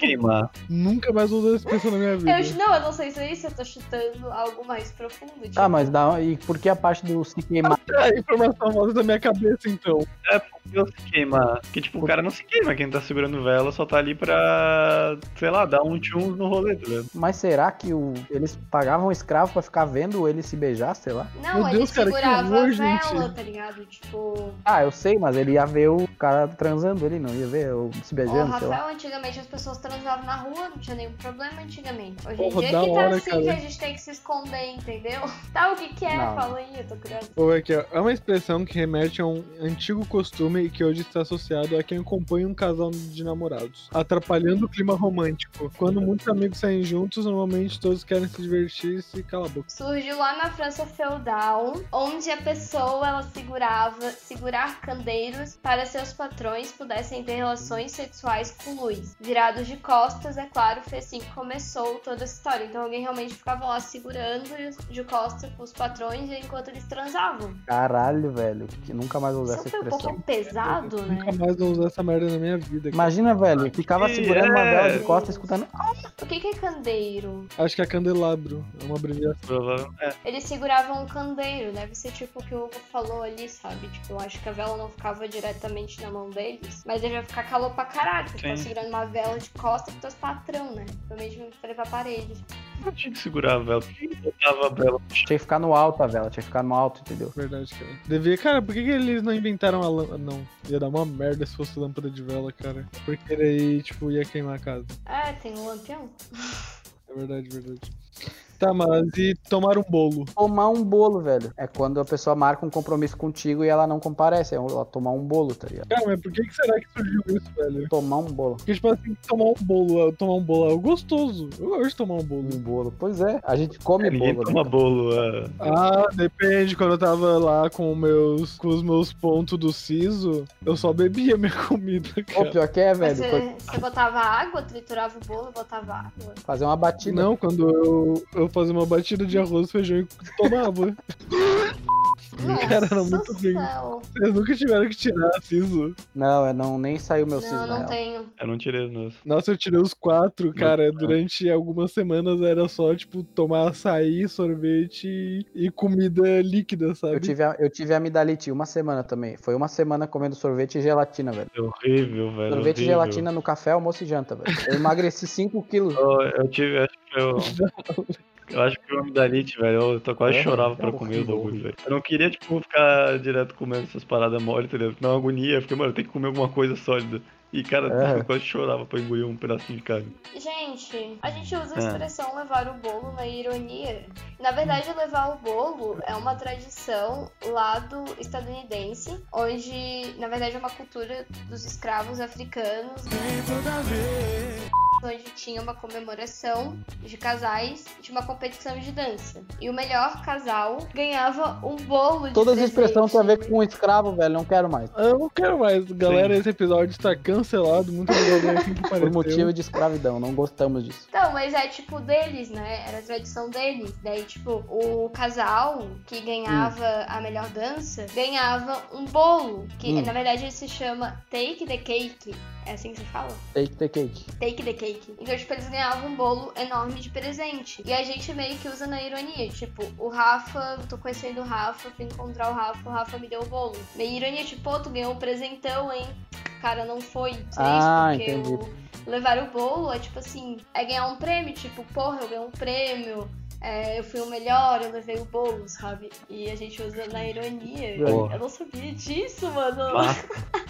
S7: Queimar.
S6: nunca mais uso essa expressão na minha
S4: Eu,
S6: vida.
S4: não, eu não sei se é isso, eu tô chutando algo mais profundo. Tipo,
S5: Ah, mas dá, e por que a parte do se queimar?
S6: É a informação volta da minha cabeça, então.
S7: É, porque eu se queimar. Porque, tipo, o cara não se queima. Quem tá segurando vela só tá ali pra. Sei lá, dar um tchum no rolê, tá ligado?
S5: Mas será que o, eles pagavam o escravo pra ficar vendo ele se beijar, sei lá?
S4: Não,
S6: Meu
S4: ele
S6: Deus, cara, que
S4: segurava
S6: horror,
S4: a vela,
S6: gente.
S4: tá ligado? Tipo.
S5: Ah, eu sei, mas ele ia ver o cara transando, ele não ia ver o
S4: Ô,
S5: se
S6: é,
S5: beijando, sei lá.
S4: Rafael, antigamente as pessoas transavam na rua, não tinha nenhum problema antigamente. Hoje em
S6: Porra,
S4: dia
S6: da
S4: que tá
S6: hora,
S4: assim
S6: cara.
S4: que a gente tem que se esconder, entendeu? [laughs] Tá, o que que é?
S5: Não.
S4: Fala aí, eu tô curiosa.
S6: Ou é que ó, é uma expressão que remete a um antigo costume e que hoje está associado a quem compõe um casal de namorados, atrapalhando o clima romântico. Quando muitos amigos saem juntos, normalmente todos querem se divertir e se cala a boca.
S4: Surgiu lá na França feudal, onde a pessoa ela segurava segurar candeiros para seus patrões pudessem ter relações sexuais com luz. Virados de costas, é claro, foi assim que começou toda essa história. Então alguém realmente ficava lá segurando e os- de costas com os patrões enquanto eles transavam.
S5: Caralho, velho, que nunca mais vou usar
S4: Isso
S5: essa
S4: foi um pouco
S5: expressão.
S4: pesado, né?
S6: Nunca mais vou usar essa merda na minha vida.
S5: Imagina, velho, ficava segurando uma vela de costas escutando. Ah,
S4: O que, que é candeiro?
S6: Acho que é candelabro, é uma abreviação.
S7: é,
S4: Eles seguravam um candeiro, deve ser tipo o que o Hugo falou ali, sabe? Tipo, eu acho que a vela não ficava diretamente na mão deles, mas ele ia ficar calor pra caralho, porque ficava
S7: Sim.
S4: segurando uma vela de costa pro teus patrão, né? Provavelmente pra levar pra parede.
S7: Eu tinha que segurar a vela. Por que que botava a vela?
S5: Tinha que ficar no alto a vela, tinha que ficar no alto, entendeu?
S6: Verdade, cara. Devia, cara, por que, que eles não inventaram a lâmpada? Não, ia dar uma merda se fosse lâmpada de vela, cara. Porque aí, tipo, ia queimar a casa.
S4: Ah, tem um lampião?
S6: É verdade, verdade. Tá, mas e tomar um bolo?
S5: Tomar um bolo, velho. É quando a pessoa marca um compromisso contigo e ela não comparece. É ela tomar um bolo, tá ligado?
S6: Cara, mas por que, que será que surgiu isso, velho?
S5: Tomar um bolo.
S6: Porque, tipo assim, tomar um bolo, é- tomar um bolo é algo gostoso. Eu gosto de tomar um bolo.
S5: Um bolo. Pois é, a gente come
S7: Ninguém
S5: bolo.
S7: toma
S5: né?
S7: bolo. é.
S6: Ah, depende. Quando eu tava lá com, meus, com os meus pontos do siso, eu só bebia minha [laughs] comida,
S5: Ô,
S6: cara.
S5: pior que é,
S4: Mas
S5: velho.
S4: você, você botava água, triturava o bolo, botava água.
S5: Fazer uma batida.
S6: Não, quando eu, eu fazia uma batida de arroz, feijão e [laughs] tomava. Cara, era muito bem.
S4: céu.
S6: Vocês nunca tiveram que tirar siso.
S5: Não, eu não, nem saiu meu siso,
S4: Não,
S5: na
S4: não
S5: real.
S4: tenho.
S7: Eu não tirei os meus.
S6: Nossa, eu tirei os quatro, cara. Durante algumas semanas era só, tipo, tomar açaí, sorvete e- e comida líquida, sabe?
S5: Eu tive, a, eu tive amidalite uma semana também. Foi uma semana comendo sorvete e gelatina, velho.
S7: É horrível, velho.
S5: sorvete e
S7: horrível.
S5: gelatina no café, almoço e janta, velho. Eu emagreci 5 quilos.
S7: Eu, eu tive, acho que eu. Eu acho que eu amidalite, velho. Eu tô quase
S5: É,
S7: chorava pra
S5: é
S7: comer o
S5: horrível,
S7: bagulho, velho. Eu não queria, tipo, ficar direto comendo essas paradas mole, entendeu? Não, agonia. Eu fiquei, mano, tem que comer alguma coisa sólida. E, cara,
S5: É.
S7: eu quase chorava pra engolir um pedacinho de carne.
S4: Gente, a gente usa a
S7: Ah.
S4: expressão levar o bolo na ironia. Na verdade, levar o bolo é uma tradição lá do estadunidense, onde, na verdade, é uma cultura dos escravos africanos, onde tinha uma comemoração de casais de uma competição de dança. E o melhor casal ganhava um bolo de
S5: Todas as expressões têm a
S4: presente.
S5: ver com escravo, velho. Não quero mais.
S6: Eu não quero mais. Galera, esse episódio está cancelado. Muito obrigado a quem que
S5: Por
S6: apareceu.
S5: motivo de escravidão, não gostamos disso.
S4: Então, mas é tipo deles, né? Era a tradição deles. Daí, tipo, o casal que ganhava a melhor dança ganhava um bolo. Que
S5: Hum.
S4: na verdade ele se chama Take the Cake. É assim que se fala?
S5: Take the cake.
S4: Take the Cake. Então, tipo, eles ganhavam um bolo enorme de presente. E a gente meio que usa na ironia. Tipo, o Rafa, tô conhecendo o Rafa, fui encontrar o Rafa, o Rafa me deu o bolo. Meio ironia, tipo, pô, tu ganhou um presentão, hein? Cara, não foi triste,
S5: Ah,
S4: porque
S5: entendi.
S4: o levar o bolo é tipo assim, é ganhar um prêmio, tipo, porra, eu ganhei um prêmio. é, eu fui o melhor, eu levei o bolo, sabe? E a gente usa na ironia.
S5: Boa.
S4: Eu não sabia disso, mano.
S7: Mas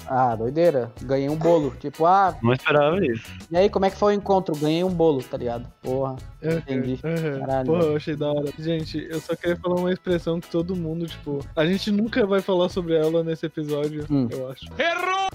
S5: Ah, doideira. Ganhei um bolo. Tipo, ah,
S7: não esperava isso.
S5: e aí, como é que foi o encontro? Ganhei um bolo, tá ligado? Porra.
S6: Uhum,
S5: Entendi.
S6: uhum.
S5: Caralho.
S6: Porra, eu achei da hora. Gente, eu só queria falar uma expressão que todo mundo, tipo, a gente nunca vai falar sobre ela nesse episódio,
S5: Hum.
S6: eu acho. Errou!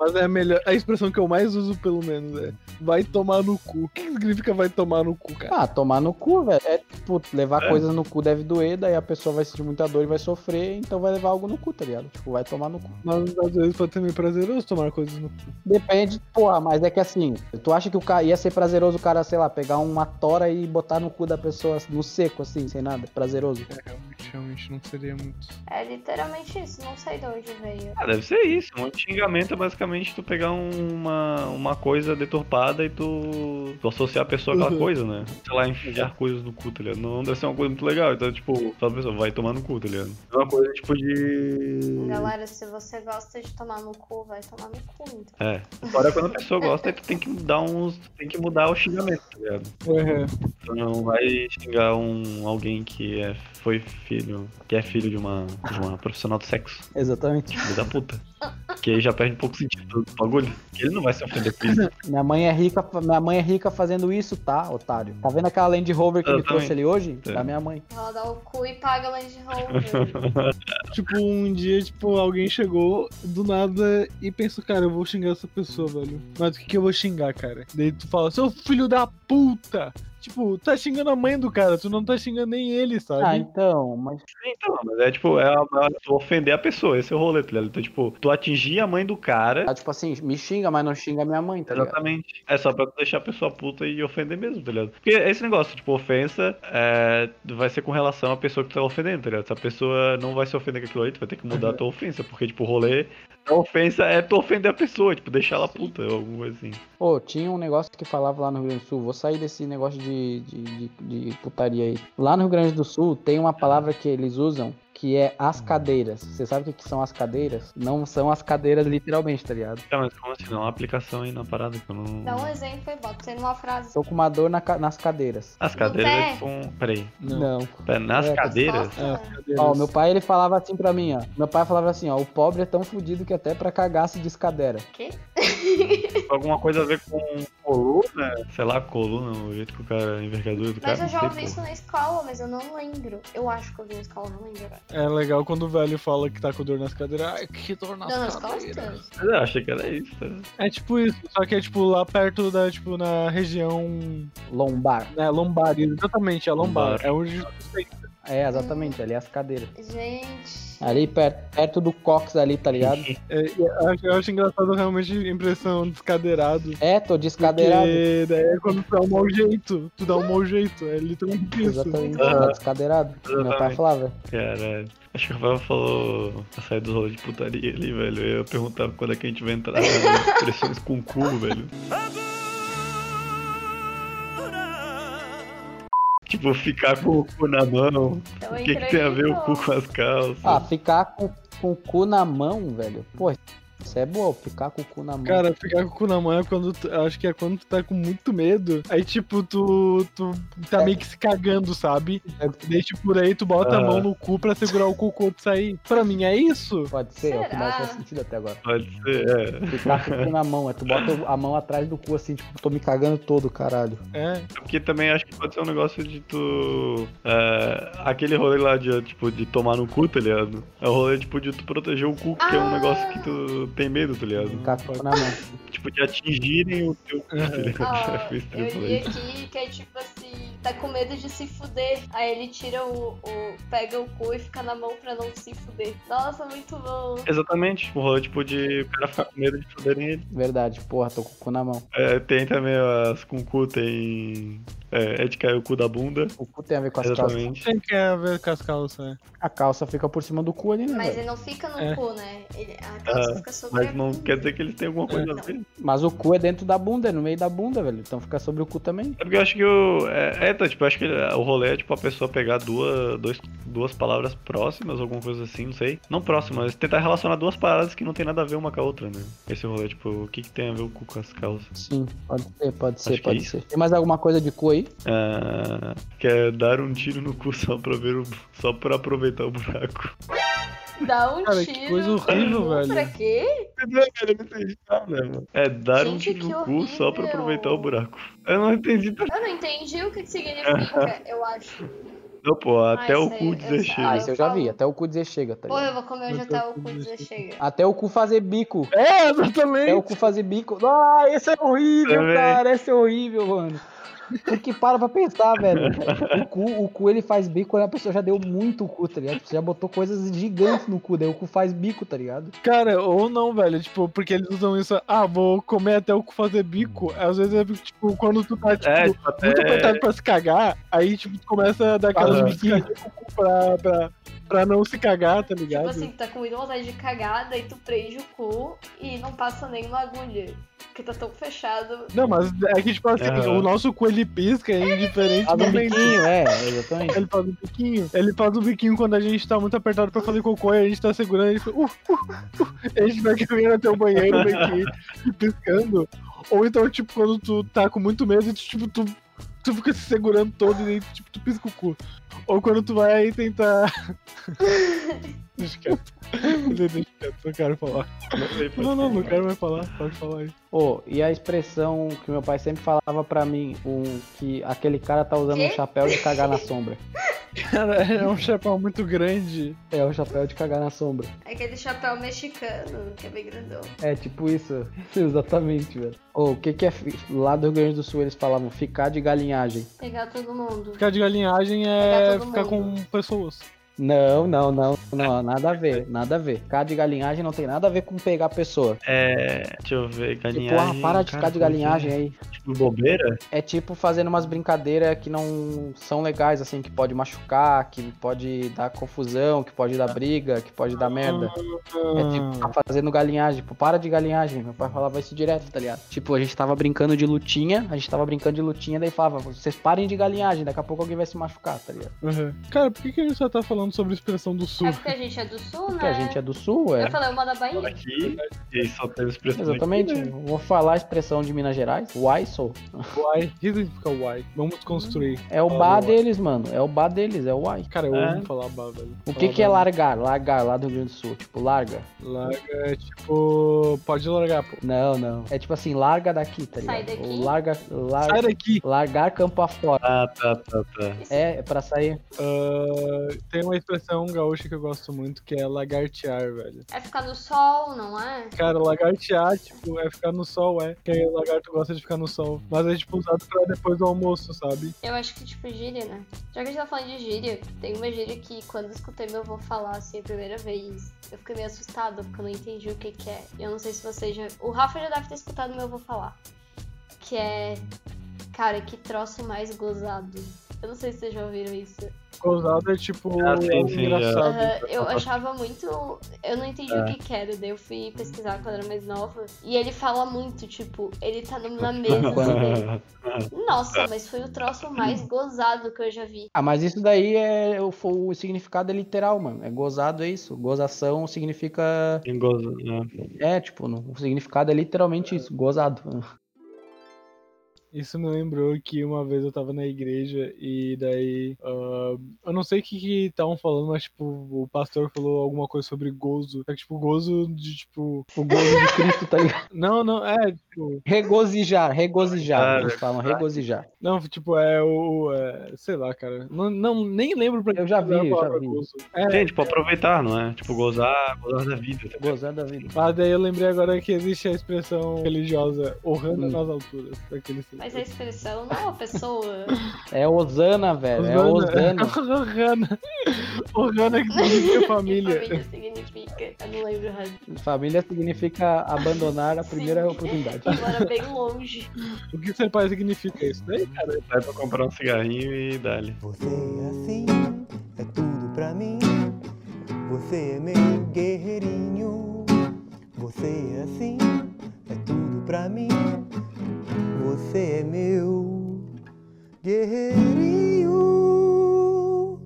S6: Mas é a melhor, a expressão que eu mais uso, pelo menos, é vai tomar no cu. O que significa vai tomar no cu, cara?
S5: Ah, tomar no cu, velho. É tipo, levar coisas no cu deve doer, daí a pessoa vai sentir muita dor e vai sofrer, então vai levar algo no cu, tá ligado? Tipo, vai tomar no cu.
S6: Mas às vezes pode ser meio prazeroso tomar coisas no cu.
S5: Depende, porra, mas é que assim, tu acha que o cara ia ser prazeroso o cara, sei lá, pegar uma tora e botar no cu da pessoa no seco, assim, sem nada, prazeroso.
S6: É, realmente, realmente não seria muito.
S4: É literalmente isso, não sei de onde veio.
S7: Ah, deve ser isso. Um xingamento é basicamente tu pegar um- uma, uma coisa deturpada e tu, tu associar a pessoa àquela
S6: Uhum.
S7: coisa, né? Sei lá, enfiar coisas no cu, tá ligado? Não, não deve ser uma coisa muito legal. Então, tipo, só a pessoa vai tomar no cu, tá ligado? É uma coisa tipo de.
S4: Galera, se você gosta de tomar no cu, vai tomar no cu. Então.
S7: É. Agora quando a pessoa gosta, aí tu tem que dar uns. Tem que mudar o xingamento, tá ligado?
S6: É,
S7: Tu não vai xingar um alguém que é, foi filho. que é filho de uma, de uma profissional do sexo.
S5: Exatamente.
S7: Filho da puta. Que aí já perde um pouco o sentido do bagulho. Que ele não vai se ofender
S5: [laughs]
S7: com isso.
S5: Minha mãe é rica, minha mãe é rica fazendo isso, tá, otário? Tá vendo aquela Land Rover que ele
S7: Exatamente.
S5: trouxe ali hoje?
S7: É.
S5: Da minha mãe.
S4: Ela dá o cu e paga Land
S7: [laughs]
S4: Rover.
S6: Tipo, um dia, tipo, alguém chegou do nada e pensou, cara, eu vou xingar essa pessoa, velho. Mas o que, que eu vou xingar, cara? Daí tu fala, seu filho da puta! Tipo, tá xingando a mãe do cara, tu não tá xingando nem ele, sabe?
S5: Ah, então, mas.
S7: Então, mas é tipo, é, é tu ofender a pessoa, esse é o rolê, tá ligado? Então, tipo, tu atingir a mãe do cara.
S5: Ah, tipo assim, me xinga, mas não xinga minha mãe, tá ligado?
S7: Exatamente. É só pra tu deixar a pessoa puta e ofender mesmo, tá ligado? Porque esse negócio, tipo, ofensa é, vai ser com relação à pessoa que tu tá ofendendo, tá ligado? Se a pessoa não vai se ofender com aquilo aí, tu vai ter que
S5: Uhum.
S7: mudar a tua ofensa, porque, tipo, o rolê a ofensa é tu ofender a pessoa, tipo, deixar ela puta ou alguma coisa assim.
S5: Pô, tinha um negócio que falava lá no Rio Grande do Sul, vou sair desse negócio de, de, de, de putaria aí. Lá no Rio Grande do Sul tem uma palavra que eles usam que é as cadeiras. Você sabe o que, que são as cadeiras? Não são as cadeiras literalmente, tá ligado?
S7: Tá, mas como assim? Não, uma aplicação aí na parada que eu não. é
S4: Dá um exemplo e bota você numa frase.
S5: Tô com uma dor na ca- nas cadeiras.
S7: As cadeiras é tipo um. Peraí.
S5: Não.
S7: Pera, nas
S5: É,
S7: cadeiras?
S6: Ah,
S4: Nossa,
S5: Ó, meu pai ele falava assim pra mim, ó. Meu pai falava assim, ó, o pobre é tão fudido que até pra cagar se descadera.
S4: quê?
S7: tipo, Alguma coisa a ver com coluna? Sei lá, coluna, o jeito que o cara, a envergadura do
S4: Mas
S7: cara.
S4: eu
S7: não
S4: já
S7: sei,
S4: ouvi
S7: pô.
S4: isso na escola, mas eu não lembro. Eu acho que eu ouvi na escola, não lembro agora.
S6: É legal quando o velho fala que tá com dor nas cadeiras. Ai, que dor nas
S4: não, na escola
S6: cadeiras.
S4: estamos.
S7: Mas eu achei que era isso, né?
S6: É tipo isso, só que é tipo lá perto da, tipo, na região
S5: Lombar.
S6: né, lombar, exatamente, a lombar.
S7: Lombar.
S6: É onde tu tem.
S5: É, exatamente, ali é as cadeiras.
S4: Gente.
S5: Ali perto, perto do cox ali, tá ligado?
S6: É, eu acho- eu acho engraçado realmente a impressão descadeirado.
S5: É, tô descadeirado.
S6: Porque daí é quando tu dá um mau jeito. Tu dá um mau jeito. É literalmente isso.
S5: Exatamente,
S7: Ah.
S5: tá descadeirado. Meu pai
S7: Exatamente.
S5: falava.
S7: Caralho. Acho que o Rafael falou a sair dos rolês de putaria ali, velho. Eu ia perguntar quando é que a gente vai entrar nas expressões com cu, velho. Tipo, ficar com o cu na mão.
S4: Então
S7: O
S4: eu
S7: que, que
S4: entrei
S7: tem a
S4: de
S7: ver o
S4: novo.
S7: cu com as calças?
S5: Ah, ficar com, com o cu na mão, velho. Pô, isso é boa, ficar com o cu na mão.
S6: Cara, ficar com o cu na mão é quando tu- acho que é quando tu tá com muito medo. Aí, tipo, tu, tu tá
S5: É.
S6: meio que se cagando, sabe? Daí, tipo, por aí tu bota a
S7: Ah.
S6: mão no cu pra segurar o cocô pra sair. Pra mim é isso.
S5: Pode ser, é o que mais
S4: Será?
S5: faz sentido até agora.
S7: Pode ser, é.
S5: Ficar com o cu na mão, é tu bota a mão atrás do cu assim, tipo, tô me cagando todo, caralho.
S6: É.
S7: Porque também acho que pode ser um negócio de tu. é, aquele rolê lá de, tipo, de tomar no cu, tá ligado? É o rolê tipo, de tu proteger o cu, que é um
S4: Ah.
S7: negócio que tu tem medo, tá ligado?
S5: Ficar com o cu na mão.
S7: Tipo, de atingirem o teu cu, tá ligado? [laughs]
S4: Ah,
S7: Foi
S4: eu
S7: estranho falar
S4: li
S7: isso.
S4: aqui que é tipo assim, tá com medo de se fuder. Aí ele tira o, o- pega o cu e fica na mão pra não se fuder. Nossa, muito bom.
S7: Exatamente, o rolê tipo de o cara ficar com medo de foderem ele.
S5: Verdade, porra, tô com o cu na mão.
S7: É, tem também as com cu, tem. É, é de cair o cu da bunda.
S5: O cu tem a ver com as calças.
S7: Exatamente.
S6: Tem que é ver com as calças, né?
S5: A calça fica por cima do cu ali, né?
S4: Mas
S5: velho?
S4: ele não fica no
S6: É.
S4: cu, né? Ele, a calça fica sobre a
S7: Ah, Mas não
S4: bunda.
S7: quer dizer que eles têm alguma coisa a ver.
S5: Mas o cu é dentro da bunda, é no meio da bunda, velho. Então fica sobre o cu também.
S7: É porque eu acho que o. É, é, então, tipo, eu acho que o rolê é tipo a pessoa pegar duas, dois, duas palavras próximas, alguma coisa assim, não sei. Não próximas, mas tentar relacionar duas paradas que não tem nada a ver uma com a outra, né? Esse rolê, tipo, o que, que tem a ver o cu com as calças?
S5: Sim, pode ser, pode ser,
S7: Acho que é
S5: pode
S7: isso.
S5: ser. Tem mais alguma coisa de cu aí?
S7: Ah, que é dar um tiro no cu só pra ver o. só pra aproveitar o buraco.
S4: Dá um
S6: Cara, que
S4: tiro.
S6: coisa horrível,
S4: Pra
S6: velho.
S4: quê?
S7: Entendeu, cara? Eu não entendi nada, mano. É dar um
S4: Gente,
S7: tiro
S4: que
S7: no cu só pra
S4: horrível.
S7: aproveitar o buraco. Eu não entendi também.
S4: Eu não entendi o que, que
S7: [laughs]
S4: significa, eu acho.
S6: Tá
S7: Não, pô, até
S4: Ah,
S7: o
S4: isso aí,
S7: cu
S4: eu
S7: dizer
S4: sei.
S7: chega.
S5: Ah,
S4: eu
S5: isso eu já
S4: falo.
S5: vi. Até o cu dizer chega, tá
S4: Pô,
S5: ligado?
S4: eu vou comer hoje
S6: Eu
S4: até
S6: tô
S4: o cu
S6: com
S4: dizer
S6: isso.
S4: chega.
S5: Até o cu fazer bico.
S6: É, exatamente.
S5: Até o cu fazer bico. Ah, esse é horrível,
S7: Também.
S5: cara. Esse é horrível, mano. Porque para pra pensar, velho. O cu, o cu ele faz bico quando a pessoa já deu muito o cu, tá ligado? Você já botou coisas gigantes no cu, daí o cu faz bico, tá ligado?
S6: Cara, ou não, velho. Tipo, porque eles usam isso. Ah, vou comer até o cu fazer bico. Às vezes é tipo, quando tu tá, tipo,
S7: É, tipo,
S6: muito
S7: até.
S6: apertado pra se cagar, aí, tipo, tu começa a dar aquelas
S7: Aham.
S6: biquinhas com o cu pra, pra, pra não se cagar, tá
S4: Tipo
S6: ligado?
S4: assim, tá com muita vontade de cagar, daí tu prende o cu e não passa nenhuma agulha. Porque tá tão fechado.
S6: Não, mas é que, tipo assim,
S7: Aham.
S6: o nosso cu ele pisca, é indiferente né?
S5: Faz um
S6: do biquinho.
S5: biquinho, é, exatamente.
S6: Ele faz um biquinho. Ele faz um biquinho quando a gente tá muito apertado pra fazer cocô e a gente tá segurando, ele fica. Uh, uh, uh, a gente vai caminhando até o banheiro, meio que [laughs] piscando. Ou então, tipo, quando tu tá com muito medo, tu, tipo, tu, tu fica se segurando todo e daí, tipo, tu pisca o cu. Ou quando tu
S4: [laughs]
S6: vai tentar. Deixa quieto. Deixa quieto, não quero falar.
S7: tá.
S6: Não, não, não quero mais falar. Pode falar aí.
S5: Ô, e a expressão que meu pai sempre falava pra mim, o, que aquele cara tá usando
S4: Quê?
S5: um chapéu de cagar na sombra.
S6: Cara, é um chapéu muito grande.
S5: É o chapéu de cagar na sombra.
S4: É aquele chapéu mexicano, que é bem grandão.
S5: É tipo isso. [laughs] Exatamente, velho. Ô, o que que é... fi- Lá do Rio Grande do Sul eles falavam ficar de galinhagem.
S4: Pegar todo mundo.
S6: Ficar de galinhagem
S4: Pegar
S6: é
S4: todo
S6: ficar com
S4: mundo.
S6: pessoas.
S5: Não, não, não, não, [laughs] nada a ver, nada a ver. Ficar de galinhagem não tem nada a ver com pegar a pessoa.
S7: É. Deixa eu ver,
S5: E
S7: galinhagem.
S5: porra, Tipo, ah, para de ficar de galinhagem aí.
S7: Tipo, bobeira?
S5: É tipo fazendo umas brincadeiras que não são legais, assim, que pode machucar, que pode dar confusão, que pode dar briga, que pode dar merda. É tipo
S6: Ah.
S5: ficar fazendo galinhagem, tipo, para de galinhagem. Meu pai falava isso direto, tá ligado? Tipo, a gente tava brincando de lutinha, a gente tava brincando de lutinha, daí falava, vocês parem de galinhagem, daqui a pouco alguém vai se machucar, tá ligado?
S6: Uhum. Cara, por que, que a gente só tá falando sobre expressão do sul?
S4: É porque a gente é do sul, né?
S5: Porque a gente é do sul, é.
S4: Eu falei uma da Bahia.
S7: Aqui, e só tem expressão. aqui,
S5: Exatamente.
S7: né?
S5: Vou falar a expressão de Minas Gerais. Why so?
S6: Why? O que significa why? Vamos construir.
S5: É o
S6: Fala
S5: bar
S6: do why.
S5: deles, mano. É o bar deles, é o why.
S6: Cara, eu
S5: É.
S6: amo falar bar, velho.
S5: O que,
S6: Uhum.
S5: que é largar? Largar lá do Rio Grande do Sul. Tipo, larga.
S6: Larga é tipo. Pode largar, pô.
S5: Não, não. É tipo assim, larga daqui, tá ligado?
S4: Sai daqui.
S5: Ou larga, larga.
S6: Sai daqui.
S5: Largar campo afora.
S7: Ah, tá, tá, tá.
S5: É, é pra sair.
S6: Ah, tem uma expressão gaúcha que eu gosto muito que é lagartear, velho.
S4: É ficar no sol, não é?
S6: Cara, lagartear, tipo, é ficar no sol, é. Porque o lagarto gosta de ficar no sol. Mas é, tipo, usado pra depois do almoço, sabe?
S4: Eu acho que, tipo, gíria, né? Já que a gente tá falando de gíria, tem uma gíria que quando eu escutei meu avô falar, assim, a primeira vez, eu fiquei meio assustada, porque eu não entendi o que que é. E Eu não sei se vocês já... O Rafa já deve ter escutado meu avô falar. Que é... Cara, que troço mais gozado. Eu não sei se vocês já ouviram isso.
S6: Gozado é, tipo,
S7: Ah, sim, sim, é. Uhum. já.
S6: engraçado.
S4: Aham, eu achava muito. Eu não entendi o que, que era, daí eu fui pesquisar quando era mais nova. E ele fala muito, tipo, ele tá numa mesa.
S7: [laughs]
S4: assim, dele. Nossa, mas foi o troço mais gozado que eu já vi.
S5: Ah, mas isso daí é. O, o significado é literal, mano. É gozado, é isso. Gozação significa.
S7: Engoza- né?
S5: É, tipo, não- o significado é literalmente isso. Gozado. [laughs]
S6: Isso me lembrou que uma vez eu tava na igreja e daí. ah, eu não sei o que que estavam falando, mas tipo, o pastor falou alguma coisa sobre gozo. É que, tipo, gozo de tipo.
S5: O gozo [laughs] de Cristo, tá ligado?
S6: Não, não, é, tipo.
S5: Regozijar, regozijar.
S7: Cara,
S5: Eles falam regozijar.
S6: Não, tipo, é o. é, sei lá, cara. Não, não- nem lembro pra
S5: Eu já vi,
S6: era a
S5: eu já
S6: palavra
S5: vi.
S6: gozo. É,
S7: Gente, pra tipo, aproveitar, não é? Tipo, gozar, gozar da vida.
S5: Gozar da vida.
S6: mas daí eu lembrei agora que existe a expressão religiosa honrando
S5: Hum.
S6: nas alturas. Daquele
S4: Mas a expressão não é uma
S5: [laughs]
S4: pessoa.
S5: É Osana, velho. É Osana.
S6: [laughs] Ohana. Ohana que significa família.
S4: família significa. Eu não lembro o resto.
S5: Família significa abandonar a primeira
S4: Sim.
S5: oportunidade.
S4: Mora bem longe.
S6: O que ser pai significa isso né? daí, cara?
S7: Vai pra comprar um cigarrinho e dá-lhe.
S13: Você é assim, é tudo pra mim. Você é meu guerreirinho. Você é assim, é tudo pra mim. Você é meu guerreirinho.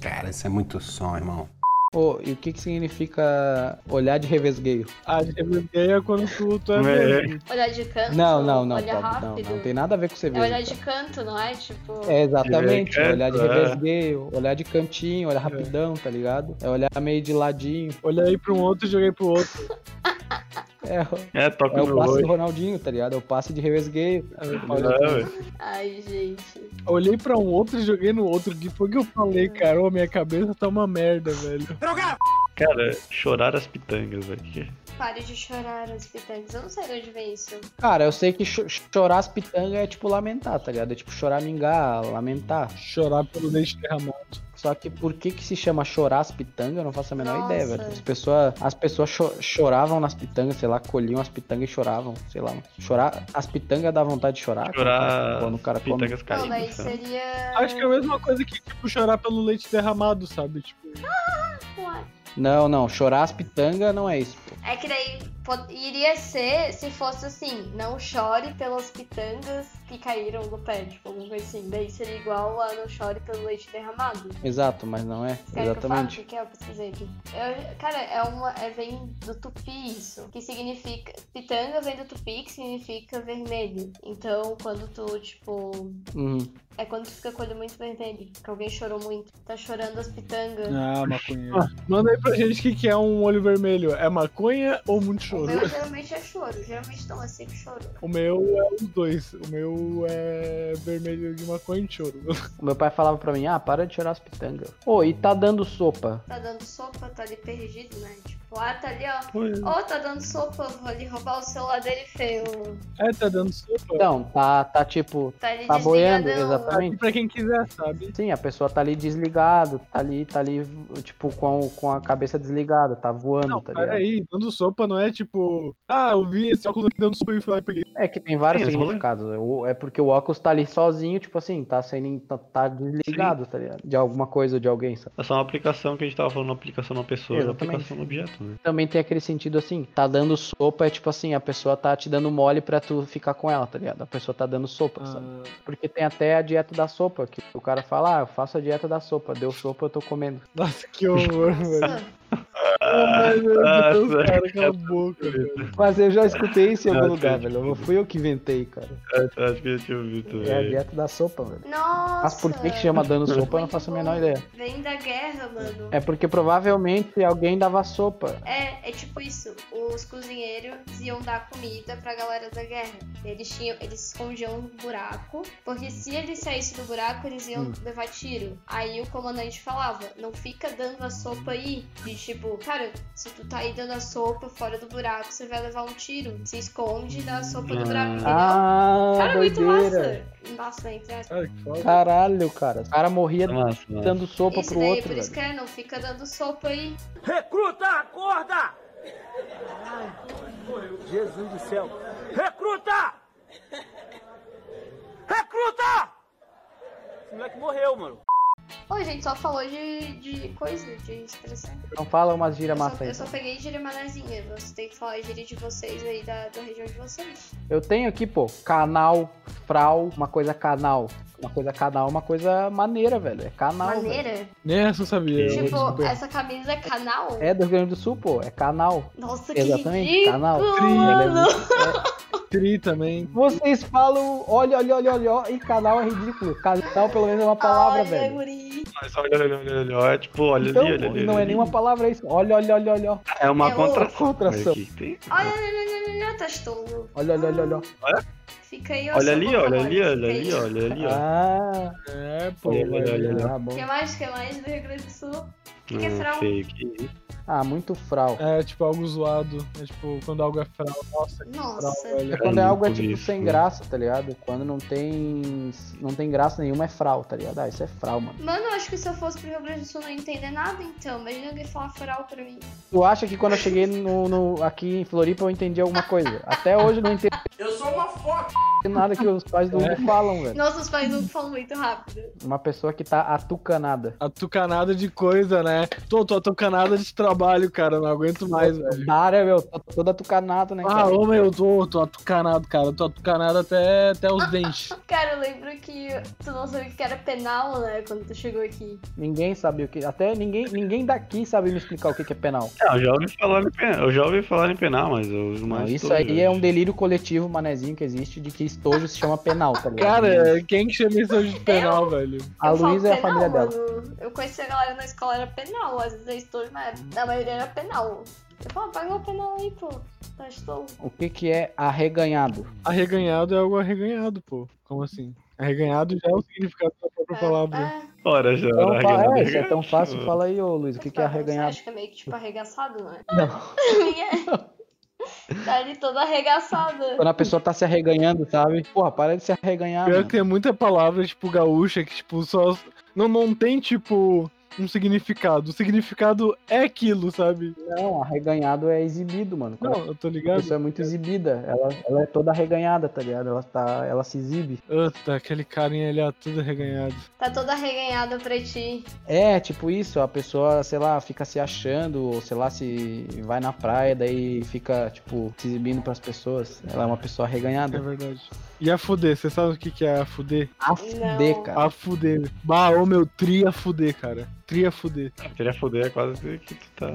S2: Cara, isso é muito som, irmão.
S5: Pô, e o que que significa olhar de revesgueio?
S6: Ah, de gay é quando tu, tu é
S7: É.
S6: mesmo.
S4: Olhar de canto.
S5: Não, não, não,
S4: Olhar
S5: Pablo, não,
S4: rápido.
S5: não tem nada a ver com cerveja.
S4: É olhar de
S5: cara.
S4: canto, não é? Tipo.
S5: É, exatamente,
S7: De
S5: olhar de
S7: canto, é.
S5: revesgueio, olhar de cantinho, olhar rapidão, tá ligado? É olhar meio de ladinho,
S6: Olhei pra um outro e joguei pro outro.
S5: é,
S7: É, toca
S5: é
S7: no
S5: o passe do
S7: olho.
S5: Ronaldinho, tá ligado? É o passe de revesgueio.
S7: É,
S5: né?
S7: ué.
S4: Ai, gente.
S6: Olhei pra um outro e joguei no outro. Que foi o que eu falei, cara? Ô, minha cabeça tá uma merda, velho.
S7: Cara, chorar as pitangas, velho. Que-
S4: Pare de chorar, as pitangas. Eu não sei de onde vem isso.
S5: Cara, eu sei que cho- chorar as pitangas é tipo lamentar, tá ligado? É tipo choramingar, lamentar.
S6: Chorar pelo leite derramado.
S5: Só que por que que se chama chorar as pitangas, eu não faço a menor
S4: Nossa.
S5: ideia, velho. As pessoas, as pessoas cho- choravam nas pitangas, sei lá, colhiam as pitangas e choravam, sei lá. Chorar, as pitangas dá vontade de chorar?
S7: Chorar
S5: Quando o Ah, cara come.
S7: pitangas
S4: Não, daí
S7: caídas. sabe?
S4: seria.
S6: Acho que é a mesma coisa que, tipo, chorar pelo leite derramado, sabe? Tipo,
S4: Ué.
S5: Não, não, chorar as pitangas não é isso. pô.
S4: É que daí po- iria ser se fosse assim, não chore pelas pitangas que caíram no pé, tipo, alguma coisa assim. Daí seria igual a não chore pelo leite derramado.
S5: Exato, mas não é.
S4: Quero que eu fale o
S5: Exatamente.
S4: que que é? Eu pesquisei aqui. Eu- cara, é uma. É, vem do tupi isso. Que significa. Pitanga vem do tupi, que significa vermelho. Então, quando tu, tipo.
S5: Uhum.
S4: É quando tu fica com o olho muito vermelho, que alguém chorou muito. Tá chorando as pitangas.
S5: É.
S6: Ah, maconheiro. Manda aí pra gente o que, que é um olho vermelho. É maconha ou muito
S4: O
S6: choro?
S4: meu geralmente é choro, geralmente não, é sempre choro.
S6: O meu é os dois. O meu é vermelho de maconha e de choro.
S5: O meu pai falava pra mim, ah, para de chorar as pitangas. Ô, e tá dando sopa.
S4: Tá dando sopa, tá ali perdido, né? Tipo, ah, tá ali, ó.
S6: Pois é.
S4: Ó, tá dando sopa, vou ali roubar o celular dele feio.
S6: É, tá dando sopa.
S5: Então, tá, tá tipo,
S4: Tá ali
S5: tá boiando,
S4: desligadão.
S5: exatamente.
S6: Pra quem quiser, sabe?
S5: Sim, a pessoa tá ali desligado, tá ali, tá ali, tipo, com, com a cabeça desligada, tá voando,
S6: Não,
S5: tá ligado?
S6: pera aí, dando sopa não é tipo, ah, eu vi esse óculos dando sopa e fui lá e peguei.
S5: É que tem vários
S6: Sim, esse rolê.
S5: significados. O- É porque o óculos tá ali sozinho, tipo assim, tá sendo. tá, tá desligado, tá ligado? De alguma coisa ou de alguém, sabe?
S7: É só uma aplicação que a gente tava falando, uma aplicação na pessoa, é uma
S5: Exatamente.
S7: aplicação no objeto, né?
S5: Também tem aquele sentido assim, tá dando sopa, é tipo assim, a pessoa tá te dando mole pra tu ficar com ela, tá ligado? A pessoa tá dando
S6: Ah,
S5: sopa, sabe? Porque tem até a dieta da sopa, que o cara fala, ah, eu faço a dieta da sopa, deu sopa, eu tô comendo.
S6: Nossa, que [laughs] horror, velho. Ai, meu
S7: Ah,
S6: Deus, [laughs]
S7: velho.
S6: cara, cala a boca, velho.
S5: [laughs] Mas eu já escutei isso em
S7: Ah,
S5: algum lugar,
S7: sim.
S5: velho. Não fui eu que inventei, cara.
S7: Eu Acho que eu tinha
S5: É
S7: ouvido
S5: a
S7: também.
S5: dieta da sopa, velho.
S4: Nossa!
S5: Mas por que que chama dando sopa, eu não faço a menor ideia.
S4: Vem da guerra, mano.
S5: É porque provavelmente alguém dava sopa.
S4: É, é tipo isso. Os cozinheiros iam dar comida pra galera da guerra. Eles tinham, eles escondiam no buraco, porque se eles saíssem do buraco, eles iam
S5: Hum.
S4: levar tiro. Aí o comandante falava: "Não fica dando a sopa aí". De tipo, cara, se tu tá aí dando a sopa fora do buraco, você vai levar um tiro. Se esconde e dá a sopa do buraco, entendeu?
S5: Ah,
S4: cara, muito
S5: doideira.
S4: massa. Massa, entre aspas.
S6: Cara, que foda.
S5: Caralho, cara. O cara morria
S7: Massa, massa.
S5: dando sopa
S4: Isso
S5: pro
S4: daí,
S5: outro,
S4: por isso
S5: velho.
S4: que é, não fica dando sopa aí.
S1: Recruta, acorda! Jesus do céu! Recruta! Recruta! Esse moleque morreu, mano.
S4: Ô, a gente só falou de, de coisa, de expressão.
S5: Então fala umas gíria
S4: é- Eu só,
S5: massa aí.
S4: eu só peguei gíria manazinha. Vocês têm que falar gíria de vocês aí, da, da região de vocês.
S5: Eu tenho aqui, pô, canal, fral, uma coisa canal. Uma coisa canal, uma coisa maneira, velho. É canal, velho.
S4: Maneira?
S6: Nem essa eu sabia.
S7: Tipo,
S4: Tipo,
S6: desculpa.
S4: essa camisa é canal?
S5: É do Rio Grande do Sul, pô. É canal.
S4: Nossa,
S5: Exatamente,
S4: que ridículo,
S5: canal. Ele é
S4: mano.
S5: muito- é-
S6: Tri também.
S5: Vocês falam, olha, olha, olha, olha, olha, e canal é ridículo. Canal pelo menos é uma palavra,
S4: Olha,
S5: velho.
S4: guri.
S7: Mas olha, olha, olha, olha, olha, é tipo, olha
S5: Então,
S7: ali, olha ali.
S5: não
S7: olha
S5: é
S7: ali.
S5: nenhuma palavra é isso. Olha, olha, olha, olha, olha.
S7: É uma
S4: É o-
S7: contração.
S5: Contração.
S7: Olha, aqui, tem-
S4: Olha, olha, olha, olha, olha, Tastolo.
S5: Olha, olha, olha, olha.
S4: Fica aí, ó.
S7: olha
S4: só
S7: ali,
S4: boca
S7: olha
S4: mole,
S7: ali, olha
S4: fica
S7: ali,
S4: aí.
S7: olha ali, ó.
S5: Ah,
S6: É, pô.
S7: Olha, olha, olha, olha.
S5: ah, bom.
S4: Que mais, que mais do Rio Grande do Sul? Que que é
S7: Hum,
S4: frau?
S7: feio, que isso.
S5: Ah, muito fral.
S6: É tipo algo zoado. É tipo, quando algo é fral. Nossa, que fral,
S4: Nossa.
S5: É
S6: velho.
S5: quando é algo é
S7: muito
S5: tipo
S7: isso,
S5: sem
S7: né?
S5: graça, tá ligado? Quando não tem não tem graça nenhuma é fral, tá ligado? Ah, isso é fral, mano.
S4: Mano, eu acho que se eu fosse pro Rio Grande do Sul não ia entender nada, então. Imagina alguém falar fral pra mim.
S5: Tu acha que quando eu cheguei no, no- aqui em Floripa eu entendi alguma coisa? Até hoje eu não entendi
S1: Eu sou uma foca!
S5: nada que os pais do
S6: É.
S5: Hugo falam, velho.
S4: Nossa, os pais não falam muito rápido.
S5: Uma pessoa que tá atucanada.
S6: A tucanada de coisa, né? Tô, tô atucanada de trabalho, cara. Não aguento mais, velho.
S5: Da área, meu, tá toda atucanada, né?
S6: Ah,
S5: cara?
S6: ô meu, eu tô, tô atucanado, cara. Tô atucanado até, até os dentes.
S4: Cara, eu lembro que tu não sabia o que era penal, né? Quando tu chegou aqui.
S5: Ninguém sabe o que. Até ninguém, ninguém daqui sabe me explicar o que, que é penal.
S7: Não, Ah, eu já ouvi falar em penal, eu já ouvi falar em penal, mas eu uso
S5: Não,
S7: mais.
S5: isso
S7: todos,
S5: aí é
S7: eu
S5: um delírio coletivo, manezinho, que existe, de que estojo se chama penal, tá ligado?
S6: Cara, é quem que chama isso de penal, velho?
S5: a
S4: Eu falo
S5: Luísa é a
S4: penal,
S5: família dela.
S4: mano. Eu conheci a galera na escola, era penal. Às vezes eu estou, mas na maioria era penal. Eu falo, "Ah, paga o penal aí, pô. Tá, estou.
S5: O que, que é arreganhado?
S6: Arreganhado é algo arreganhado, pô. Como assim? Arreganhado já é o significado da própria palavra.
S4: É,
S7: Ora, já. Tipo,
S5: Então,
S7: olha,
S5: fala,
S7: olha,
S5: é, se é tão fácil, fala aí, ô Luiz, o que, que é arreganhado?
S4: Acho que é meio que
S5: [laughs]
S4: tipo arregaçado, né?
S5: Não.
S4: [laughs] tá ali toda arregaçada.
S5: Quando a pessoa tá se arreganhando, sabe? Porra, para de se
S4: Ah,
S5: arreganhar.
S6: Pior
S5: mano.
S6: que tem muita palavra, tipo, gaúcha, que, tipo, só. Não, não tem, tipo, um significado. O significado é aquilo, sabe?
S5: Não, arreganhado é exibido, mano. Quando
S6: Não, eu tô
S5: a
S6: ligado.
S5: pessoa é muito exibida, ela, ela é toda arreganhada, tá ligado? Ela, tá, ela se exibe.
S6: Puta, aquele carinha ali, ó, tudo arreganhado.
S4: Tá toda arreganhada pra ti.
S5: É, tipo isso, a pessoa, sei lá, fica se achando, ou sei lá, se vai na praia, daí fica, tipo, se exibindo pras pessoas. Ela é uma pessoa
S6: É
S5: arreganhada.
S6: verdade. E a fuder, você sabe o que que é a fuder?
S5: A fuder,
S4: Não.
S5: cara.
S6: A fuder. Bah, ô meu, tri a fuder, cara. Tria fuder.
S7: Teria fuder é quase que tu tá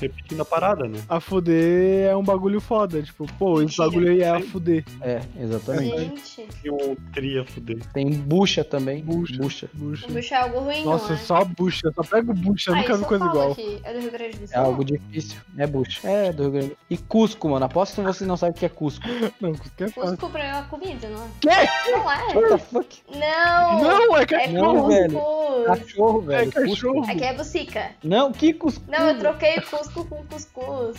S7: repetindo a parada, né?
S6: A fuder é um bagulho foda. Tipo, pô, esse bagulho aí é a fuder.
S5: É, exatamente.
S7: E um tria fuder.
S5: Tem bucha também. Bucha. Bucha.
S4: Bucha é algo ruim,
S6: Nossa,
S4: não é?
S6: só bucha. Só pego bucha,
S4: Ah,
S6: nunca
S4: isso
S6: vi
S4: eu
S6: coisa
S4: falo
S6: igual.
S4: aqui, É do Rio Grande do Sul.
S5: É algo difícil. É bucha. É, do Rio Grande. E Cusco, mano. Aposto que você não sabe o que é Cusco.
S6: Não, Cusco é fácil.
S4: Cusco pra mim é uma comida, não é?
S6: Que?
S4: Não é?
S5: What the fuck?
S4: Não!
S6: Não, é
S4: É
S6: cachorro.
S4: Cusco!
S5: velho. Cachorro, velho.
S6: É cachorro.
S4: Aqui é bucica.
S5: Não, que Cusco?
S4: Não, eu troquei Cusco com cuscuz.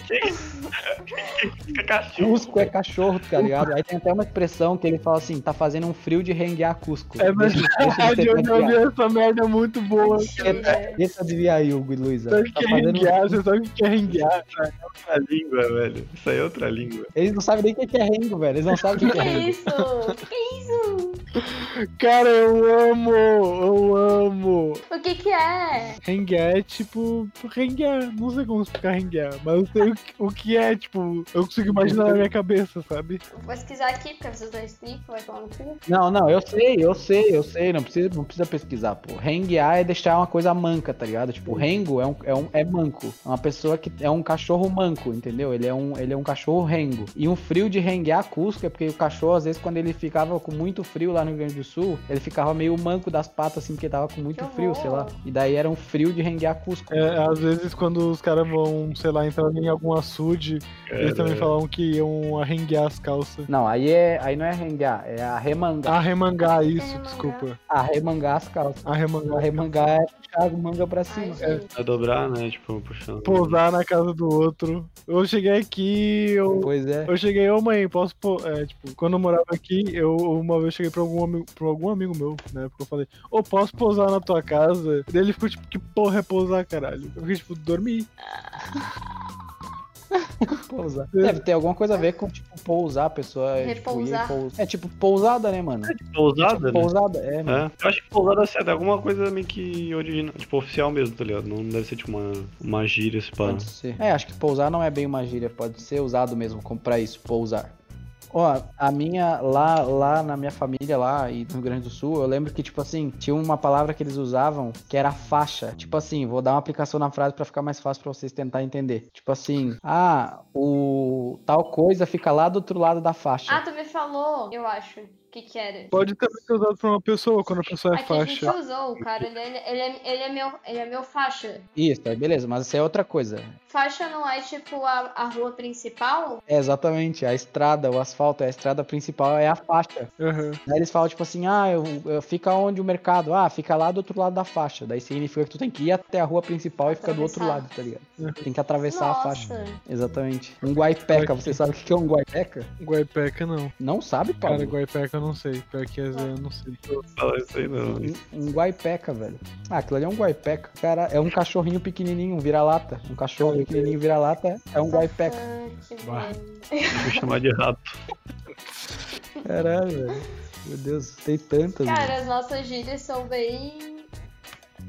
S7: Fica cachorro.
S5: Cusco é cachorro, tá ligado? Aí tem até uma expressão que ele fala assim, tá fazendo um frio de renguear Cusco.
S6: É
S5: Deixa-
S6: [laughs]
S5: deixa de
S6: verdade,
S5: ser
S6: eu já ouvi
S5: renguear.
S6: essa merda muito boa.
S4: Tá
S5: é
S4: Mentira.
S5: Deixa eu desviar aí, Hugo e Luísa.
S6: Sabe o
S5: Tá
S6: que é
S5: fazendo...
S6: renguear? Você sabe o que é renguear?
S7: outra língua, velho. Isso aí é outra língua.
S5: Eles não sabem nem o que que é rengo, velho. Eles não sabem o que que
S4: Que
S5: é rengo.
S4: isso? Que é isso?
S6: Cara, eu amo! Eu amo!
S4: O que que é?
S6: Renguear é tipo. Renguear. Não sei como explicar renguear, mas eu sei o que, o que é, tipo. Eu consigo imaginar na minha cabeça, sabe?
S4: Vou pesquisar aqui, porque vocês dois triplos, vai tomar no cu.
S5: Não, não, eu sei, eu sei, eu sei. Não precisa, não precisa pesquisar, pô. Renguear é deixar uma coisa manca, tá ligado?
S4: Uhum.
S5: Tipo, rengo é, um, é, um, é manco. É uma pessoa que é um cachorro manco, entendeu? Ele é um, ele é um cachorro rengo. E um frio de renguear Cusco é porque o cachorro, às vezes, quando ele ficava com muito frio lá no Rio Grande do Sul, ele ficava meio manco das patas, assim, porque tava com muito
S4: Que
S5: frio,
S4: horror.
S5: sei lá. E daí era um frio de renguear Cusco.
S6: É, às vezes, quando os caras vão, sei lá, entrar em algum açude,
S5: É,
S6: eles
S5: né?
S6: também falam que iam arrenguear as calças.
S5: Não, aí, é, aí não é renguear, é arremangar.
S6: Arremangar isso,
S4: Arremangar.
S6: desculpa.
S5: Arremangar as calças.
S6: Arremangar.
S5: Arremangar é puxar o manga pra
S4: Ai,
S5: cima.
S4: gente.
S7: É dobrar, né? Tipo, puxando.
S6: Pousar na casa do outro. Eu cheguei aqui, eu
S5: Pois é.
S6: Eu cheguei, ô mãe, posso pôr. É, tipo, quando eu morava aqui, eu uma vez cheguei pra algum, ami- pra algum amigo meu, né? Porque eu falei, ô, posso pousar na tua casa? Daí ele ficou tipo, que porra é pousar, caralho? Eu fiquei tipo, dormi.
S5: [laughs] Pousar. Deve ter alguma coisa a ver com, tipo, pousar a pessoa. é, tipo, ir
S4: Repousar.
S5: pous- É tipo pousada, né, mano?
S7: Pousada, né?
S5: Pousada, é, mano.
S7: É. Eu acho que pousada é alguma coisa meio que original, tipo, oficial mesmo, tá ligado? Não deve ser tipo uma, uma gíria esse pano.
S5: Pode ser. É, acho que pousar não é bem uma gíria, pode ser usado mesmo, comprar isso, pousar. Ó, a minha, lá, lá na minha família, lá e no Rio Grande do Sul, eu lembro que, tipo assim, tinha uma palavra que eles usavam que era faixa. Tipo assim, vou dar uma aplicação na frase pra ficar mais fácil pra vocês tentar entender. Tipo assim, ah, o tal coisa fica lá do outro lado da faixa.
S4: Ah, tu me falou, eu acho, o que que era.
S6: Pode também ser usado pra uma pessoa quando a pessoa é
S4: Aqui a gente
S6: faixa.
S4: usou, o cara, ele, ele, ele, é, ele, é meu, ele é meu faixa.
S5: Isso, aí beleza, mas isso é outra coisa.
S4: Faixa não é tipo a, a rua principal?
S5: É, exatamente. A estrada, o asfalto, a estrada principal é a faixa.
S6: Aham.
S5: Daí eles falam, tipo assim, ah, eu, eu- fica onde o mercado? Ah, fica lá do outro lado da faixa. Daí significa que tu tem que ir até a rua principal e fica do outro
S4: Atravessar.
S5: lado, tá ligado? Tem que atravessar a faixa.
S4: Nossa,
S5: Exatamente. Um guaipeca, você sabe o que que é um guaipeca?
S6: Guaipeca não.
S5: Não sabe, Paulo?
S6: Cara, guaipeca eu não sei. Pior que às vezes eu não sei.
S7: Fala isso aí né? não.
S5: Um, um guaipeca, velho. Ah, aquilo ali é um guaipeca. Cara, é um cachorrinho pequenininho, um vira-lata. Um cachorro pequenininho vira-lata é um guaipeca.
S4: que
S7: Bah.
S4: velho.
S7: Vou chamar de rato.
S5: Caralho, velho. Meu Deus, tem tantas. velho.
S4: Cara, as nossas gírias são bem.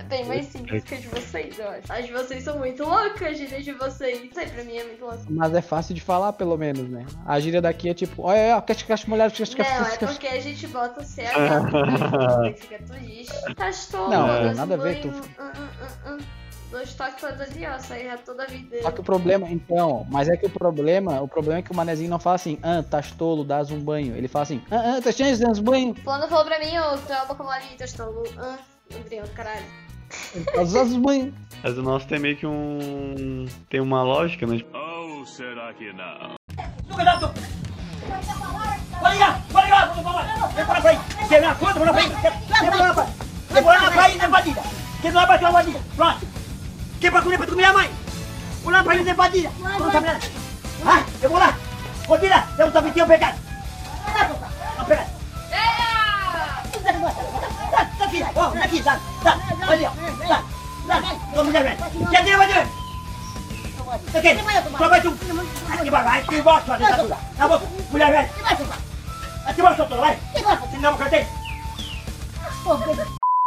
S4: Bem mais simples que as de vocês, eu acho. As de vocês são muito loucas, as gírias de vocês. Isso aí pra mim é muito louco.
S5: Mas é fácil de falar, pelo menos, né? A gíria daqui é tipo, olha, olha, cacho, mulher, cacho,
S4: Não, é
S5: cacho, cacho.
S4: porque a gente bota o CH. fica
S5: [laughs]
S4: turista. Tá todo.
S5: Não,
S4: dois
S5: nada a ver, tu-
S4: banho, hum, hum, hum, hum. Dois toques todos ali, ó. Sair já é toda a vida.
S5: Só que o problema, então, mas é que o problema, o problema é que o manezinho não fala assim, ah, tá tolo, dás um banho. Ele fala assim, ah, ah, tá cheio, dás um banho,
S4: Plano falou pra mim, ô, tu é uma boca mole, tu estou. Hum, Gabriel, caralho.
S5: dás um banho.
S7: Mas o nosso tem meio que um. Tem uma lógica, né? Tipo,
S1: Ou será que não? né, né, Ah, um Tá 啊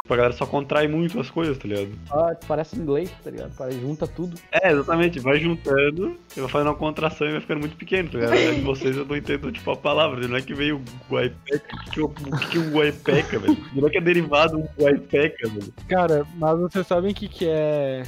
S7: A galera só contrai muito as coisas, tá ligado?
S5: Ah, parece inglês, tá ligado? Parece, junta tudo.
S7: É, exatamente. Vai juntando, e vai fazendo uma contração e vai ficando muito pequeno, tá ligado? É de vocês eu não entendo, tipo, a palavra. Não é que veio guaipeca. O que, o que é um guaipeca, velho? Não é que é derivado um guaipeca, velho?
S6: Cara, mas vocês sabem o que, que é.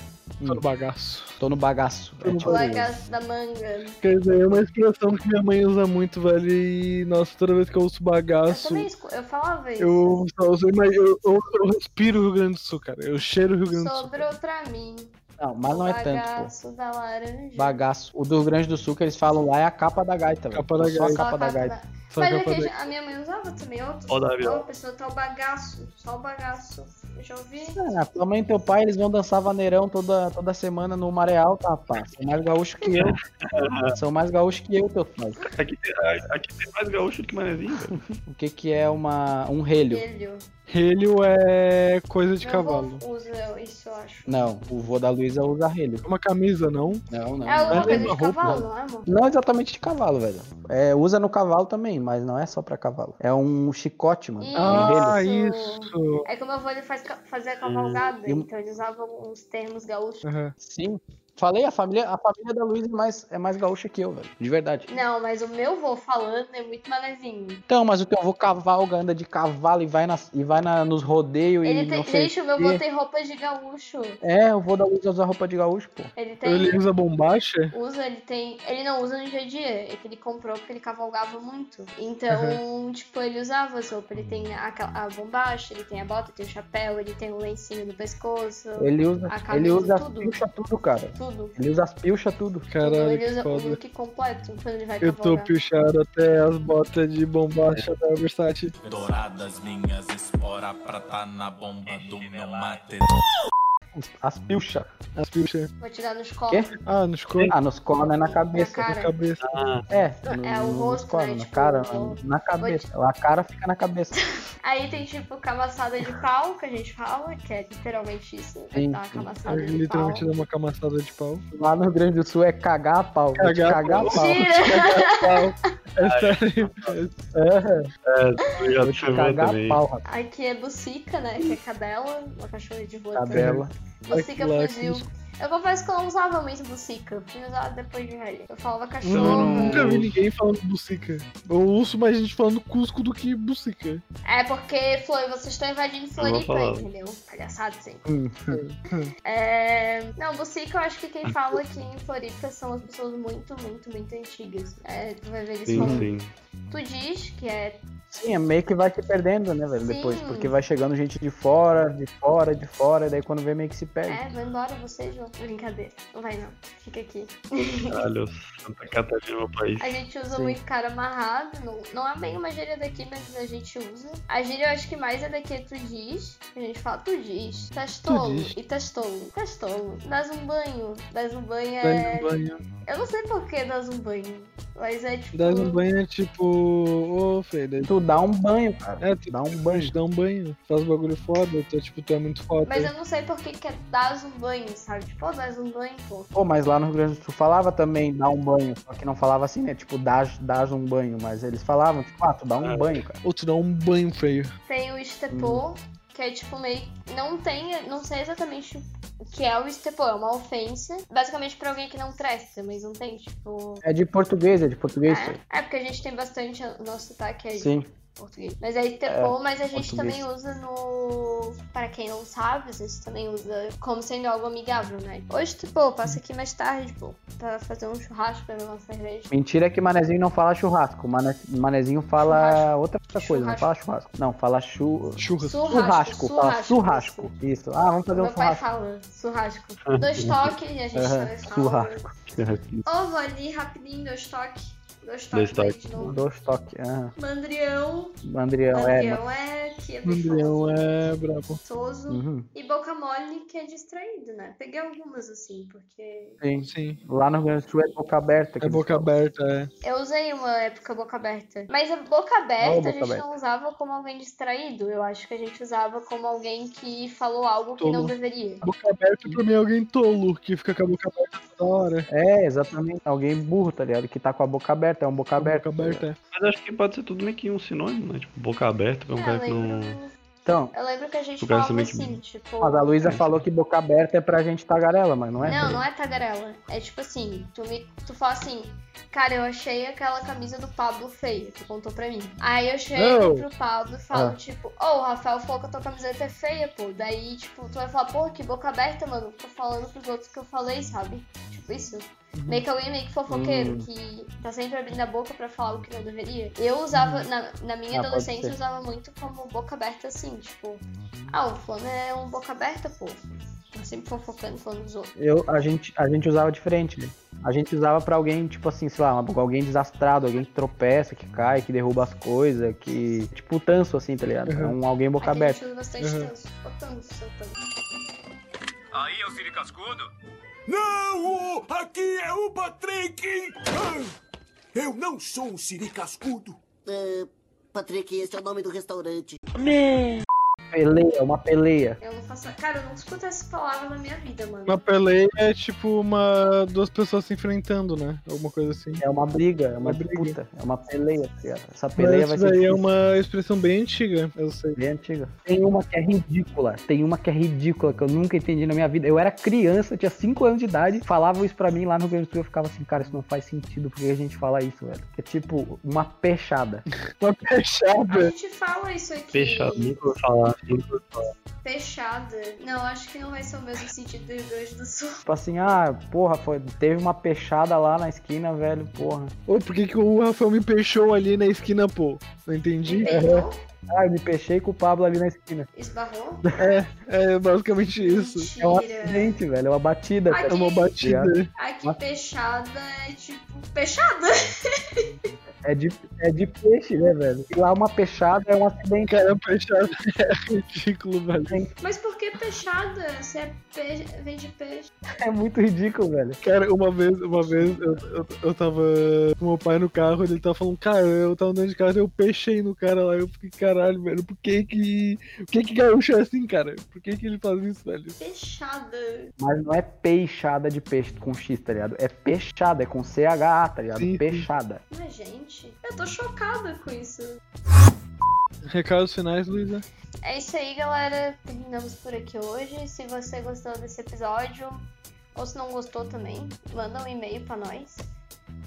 S6: Tô no bagaço.
S5: Tô no bagaço.
S6: Tô no
S4: Tipo a casa da manga.
S6: Quer dizer, é uma expressão que minha mãe usa muito, velho. E nossa, toda vez que eu ouço
S4: Eu
S6: bagaço,
S4: também escu- eu falava isso.
S6: eu, eu, eu, eu, eu, eu respiro o Rio Grande do Sul, cara. Eu cheiro o Rio Grande do Sul.
S4: Sobrou pra mim.
S5: Não, mas não é tanto, pô.
S4: bagaço da laranja.
S5: Bagaço. O do Rio Grande do Sul que eles falam lá é a capa da gaita, velho.
S6: Capa da
S5: Só a
S6: gaita.
S4: Só a
S5: capa da
S4: capa
S5: gaita.
S4: da-
S6: Só
S4: Mas
S6: que eu
S4: é que
S6: falei-
S4: a minha mãe usava também. Outra
S7: Ó, Davi, ó.
S4: Ó, pessoa tá o bagaço. Só o bagaço. Eu já ouvi.
S5: Ah, tua mãe e teu pai, eles vão dançar vaneirão toda, toda semana no Mareal, tá, pá. São mais gaúcho que eu. São mais gaúcho que eu, teu pai.
S7: Aqui, tem- aqui tem mais gaúcho do que manezinho, velho.
S5: O que que é uma, um relho?
S4: Coelho.
S6: Relho é coisa de
S4: Meu
S6: cavalo.
S4: avô usa isso, eu acho.
S5: Não, o vô da Luísa usa relho.
S6: É Uma camisa, não?
S5: Não, não.
S4: É alguma
S6: mas
S4: coisa
S6: lembra
S4: de
S6: roupa,
S4: cavalo, não é, amor?
S5: Não exatamente de cavalo, velho. É, usa no cavalo também, mas não é só pra cavalo. É um chicote, mano.
S4: Ih.
S5: Um
S6: Ah,
S5: relho.
S6: isso.
S4: É que o meu avô ele faz, ca- fazia cavalgada,
S6: É,
S5: Hum.
S4: então ele usava uns termos gaúchos.
S6: Aham.
S5: Sim. Falei, a família, a família da Luísa é mais, é mais gaúcha que eu, velho. De verdade.
S4: Não, mas o meu avô falando é muito manezinho.
S5: Então, mas o teu avô cavalga, anda de cavalo e vai, nas, e vai na, nos rodeios e
S4: Ele tem,
S5: não sei
S4: gente, o meu
S5: quê.
S4: avô tem roupa de gaúcho.
S5: É, eu vou dar uso usar roupa de gaúcho, pô.
S4: Ele tem.
S6: Ele usa bombacha?
S4: Usa, ele tem. Ele não usa no dia a dia. É que ele comprou porque ele cavalgava muito. Então, tipo, ele usava as roupas. Ele tem a, ca- a bombacha, ele tem a bota, tem o chapéu, ele tem o lencinho no pescoço,
S6: É.
S5: Ele usa,
S4: A camisa,
S5: ele usa as
S4: tudo.
S5: pilchas tudo, cara.
S4: tudo.
S5: Ele usa as pilchas tudo.
S4: Então,
S6: Caralho,
S4: ele
S6: que
S4: usa o
S6: foda.
S4: look completo quando ele vai
S6: Eu tô
S4: cavalgar.
S6: puxado até as botas de bombacha da Versace.
S14: Douradas minhas espora pra tá na bomba do meu mate.
S5: As pilchas.
S6: As puxa.
S4: Vou tirar nos colos.
S5: Quê?
S6: Ah, nos corpos,
S5: Ah, nos colos, né? Na
S4: Na
S5: cabeça.
S4: cara.
S6: cabeça.
S7: Ah,
S5: É,
S4: É, o
S5: nos
S4: rosto,
S5: colos,
S4: né,
S5: Na
S4: tipo,
S5: cara,
S4: o-
S5: na, na cabeça. A cara fica na cabeça.
S4: Aí tem tipo camaçada de pau, que a gente fala, que é literalmente isso. é
S5: Sim,
S4: dar uma
S5: sim.
S6: Eu
S4: camaçada de pau.
S6: literalmente dá uma camaçada de pau.
S5: Lá no Rio Grande do Sul é cagar a pau. Vou te
S6: Cagar a
S5: cagar a pau.
S4: Mentira!
S6: [laughs] É sério.
S7: eu já
S5: Vou
S7: te
S5: te
S7: chamei
S5: cagar a
S7: também.
S5: pau, rapaz.
S4: [laughs] Aqui é bucica, né? Que é cadela, uma cachorra de rua também.
S5: Tabela.
S4: Bucica
S6: Ai, que
S4: fugiu. Eu confesso que eu não usava muito bucica. Fui usar depois de velha. Eu falava
S6: Eu
S4: cachorro.
S6: nunca vi ninguém falando bucica. Eu ouço mais gente falando cusco do que bucica.
S4: É porque, Flor, vocês estão invadindo Floripa,
S7: falar.
S4: entendeu? Palhaçada, sim.
S6: Hum.
S4: É... Não, bucica eu acho que quem fala aqui em Floripa são as pessoas muito, muito, muito antigas. É, tu vai ver eles
S7: Sim,
S4: falando.
S7: sim.
S4: Tu diz que é.
S5: Sim, é meio que vai se perdendo, né, velho?
S4: Sim.
S5: Depois, porque vai chegando gente de fora, de fora, de fora, e daí quando vê meio que se perde.
S4: É, vai embora vocês, vão. Brincadeira. Não vai não. Fica aqui.
S7: Caralho, Santa Catarina, meu país.
S4: A gente usa
S5: Sim.
S4: muito cara amarrado, não, não é bem uma gíria daqui, mas a gente usa. A gíria eu acho que mais é daqui é tu diz. A gente fala tu diz, tás tolo
S6: diz.
S4: e tás tolo, tás tolo. Dás um banho, dás um banho
S6: Dás
S4: é...
S6: um banho.
S4: Eu não sei por que dás um banho, mas é tipo...
S6: Dás um banho é tipo. Ô, Fê,
S4: É.
S6: daí-
S5: Tu dá um banho, cara.
S6: É, tu
S5: Dá um
S6: a gente
S5: banho.
S6: dá um banho. Faz bagulho foda. Tu, é, tipo, tu é muito foda.
S4: Mas eu não sei por que que é dás um banho, sabe? Tipo, oh, dás um banho, pô.
S5: Pô, mas lá no Rio Grande do Sul falava também dar um banho, só que não falava assim, né? Tipo, dá dás um banho, mas eles falavam, tipo, ah, tu dá um banho, cara.
S6: Ou tu dá um banho feio.
S4: Tem o
S5: Hum.
S4: estepô, que é tipo meio. Não tem. Não sei exatamente o que é o estepô, é uma ofensa. Basicamente pra alguém que não presta, mas não tem, tipo.
S5: É de português, é de português. cara.
S4: É, é porque a gente tem bastante. O nosso sotaque é
S5: Sim.
S4: português. Mas é estepô, mas a gente
S5: português.
S4: também usa no. Pra quem não sabe, a gente também usa como sendo algo amigável, né? Hoje, tipo, passa aqui mais tarde, pô, pra fazer um churrasco, beber uma cerveja.
S5: Mentira é que Manezinho não fala churrasco. Mane... Manezinho fala
S4: Churrasco.
S5: outra coisa, não
S4: Churrasco.
S5: fala churrasco. Não, fala chu...
S6: Churras.
S5: churrasco. Fala churrasco. Isso. Ah, vamos fazer um
S4: Meu pai
S5: churrasco.
S4: fala, churrasco.
S5: [laughs]
S4: Dois toques e a gente
S5: Aham,
S4: também fala.
S5: churrasco.
S4: Ô, vou ali rapidinho, dois toques. Dois toques
S7: Dois
S4: daí
S7: toques.
S4: de novo.
S5: Dois toques. Ah,
S4: Mandrião.
S5: Mandrião, é.
S4: Mandrião é, que é bem
S6: Mandrião é brabo.
S4: famoso.
S5: Uhum.
S4: E boca mole, que é distraído, né? Peguei algumas assim, porque.
S5: Sim.
S6: Sim.
S5: Lá no Rio Grande do Sul é boca aberta. que
S6: É
S5: eles
S6: boca
S5: falam.
S6: aberta, é.
S4: Eu usei uma época boca aberta. Mas a boca aberta
S5: Não, boca
S4: a gente
S5: aberta.
S4: não usava como alguém distraído. Eu acho que a gente usava como alguém que falou algo que não
S6: Tolo.
S4: deveria.
S6: Boca aberta pra mim é alguém tolo que fica com a boca aberta toda hora.
S5: É, exatamente. Alguém burro, tá ligado? Que tá com a boca aberta, é um boca aberta.
S6: Boca aberta. é.
S7: Mas acho que pode ser tudo meio que um sinônimo, né? Tipo, boca aberta pra um
S4: Ah,
S7: cara que
S4: lembro.
S7: não.
S5: Então.
S4: Eu lembro que a gente
S5: O cara
S4: falava
S5: também que-
S4: assim, tipo.
S5: Mas a Luísa falou que boca aberta é pra gente tagarela, mas não é?
S4: Não, não é tagarela. É tipo assim, tu, me, tu fala assim, cara, eu achei aquela camisa do Pablo feia, tu contou pra mim. Aí eu chego
S15: Não.
S4: pro Pablo e falo,
S15: Ah.
S4: tipo, ô, o Rafael falou que a tua camiseta é feia, pô. Daí, tipo, tu vai falar, porra, que boca aberta, mano. Tô falando pros outros que eu falei, sabe? Tipo isso. Meio que alguém meio que fofoqueiro,
S15: Uhum. Hum.
S4: que tá sempre abrindo a boca pra falar o que não deveria. Eu usava, na, na minha
S15: Ah, pode
S4: adolescência, eu
S15: ser.
S4: usava muito como boca aberta assim, tipo, ah, o fulano é um boca aberta, pô. Tá sempre fofocando, falando dos outros.
S5: Eu, a, gente, a gente usava diferente, né? A gente usava pra alguém, tipo assim, sei lá, uma- alguém desastrado, alguém que tropeça, que cai, que derruba as coisas, que. Tipo o tanso, assim, tá ligado? É
S6: Uhum.
S5: um alguém boca
S4: Aqui a
S5: aberta.
S4: gente usa bastante tanso. Ó, tanso, ó, tanso.
S2: Aí, eu filho cascudo? Não! Aqui é o Patrick! Ah, Eu não sou um siri cascudo.
S16: Patrick, esse é o nome do restaurante.
S5: Peleia, é uma peleia.
S4: Eu não faço. Cara, eu não escuto essa palavra na minha vida, mano.
S6: Uma peleia é tipo uma duas pessoas se enfrentando, né? Alguma coisa assim.
S5: É uma briga, é uma disputa, é uma peleia, tá ligado? Essa peleia
S6: Mas
S5: vai
S6: isso
S5: ser.
S6: daí é
S5: difícil.
S6: uma expressão bem antiga, eu sei.
S5: Bem antiga. Tem uma que é ridícula, tem uma que é ridícula, que eu nunca entendi na minha vida. Eu era criança, tinha 5 anos de idade, falavam isso pra mim lá no Rio Grande do Sul, eu ficava assim, cara, isso não faz sentido porque a gente fala isso, velho. É tipo uma peixada.
S6: [laughs] uma
S4: A
S6: peixada?
S4: gente fala isso aqui.
S7: Fechado, nunca vou falar, nunca vou falar.
S4: Fechada. Não, acho que não vai ser o mesmo sentido do Rio Grande do
S5: [laughs]
S4: Sul.
S5: Tipo assim, ah, porra, foi, teve uma peixada lá na esquina, velho, porra.
S6: Ô, por que, que o Rafael me peixou ali na esquina, pô? Não entendi.
S5: Ah, eu me peixei com o Pablo ali na esquina. [laughs]
S4: Esbarrou?
S6: É, é basicamente isso.
S5: É um acidente, velho, é uma batida.
S4: Aqui-
S5: tá ligado?
S4: Aqui,
S5: Uma-
S4: peixada é tipo. Peixada!
S5: É de, é de peixe, né, velho? E lá uma peixada é um acidente. [laughs]
S6: Cara, peixada [laughs] é ridículo, velho.
S4: Mas por que peixada? Se é peixe, vem de peixe.
S5: É muito ridículo, velho.
S6: Cara, uma vez, uma vez eu, eu, eu tava com meu pai no carro, ele tava falando, cara, eu tava andando de carro, eu peixei no cara lá, eu fiquei, caralho, velho, por que que. Por que que gaúcho é assim, cara? Por que que ele faz isso, velho?
S4: Peixada.
S5: Mas não é peixada de peixe com X, tá ligado? É peixada, é com CHA, tá ligado? Peixada.
S4: Mas, é gente, eu tô chocada com isso.
S6: Recados finais, Luísa?
S4: É isso aí, galera. Terminamos por aqui hoje. Se você gostou desse episódio, ou se não gostou também, manda um e-mail pra nós.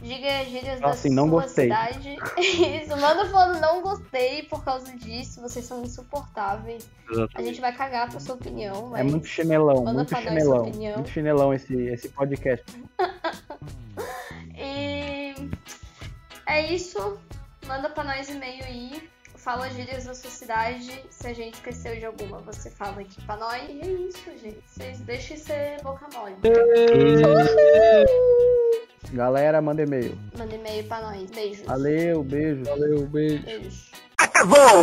S4: Diga gírias da
S5: Assim, não
S4: sua
S5: gostei.
S4: cidade. [laughs] Isso, manda falando não gostei por causa disso, vocês são insuportáveis. A gente vai cagar pra sua opinião,
S5: É
S4: mas
S5: muito chinelão,
S4: Manda
S5: muito
S4: pra nós sua
S5: chinelão.
S4: opinião.
S5: Muito chinelão esse, esse podcast.
S4: E é isso. Manda pra nós e-mail aí. Fala gírias da sua cidade. Se a gente esqueceu de alguma, você fala aqui pra nós. E é isso, gente. Vocês deixem ser boca mole.
S5: Galera, manda e-mail.
S4: Manda e-mail pra nós. Beijos.
S5: Valeu, beijo.
S6: Valeu, beijo.
S4: Beijos.
S5: Acabou!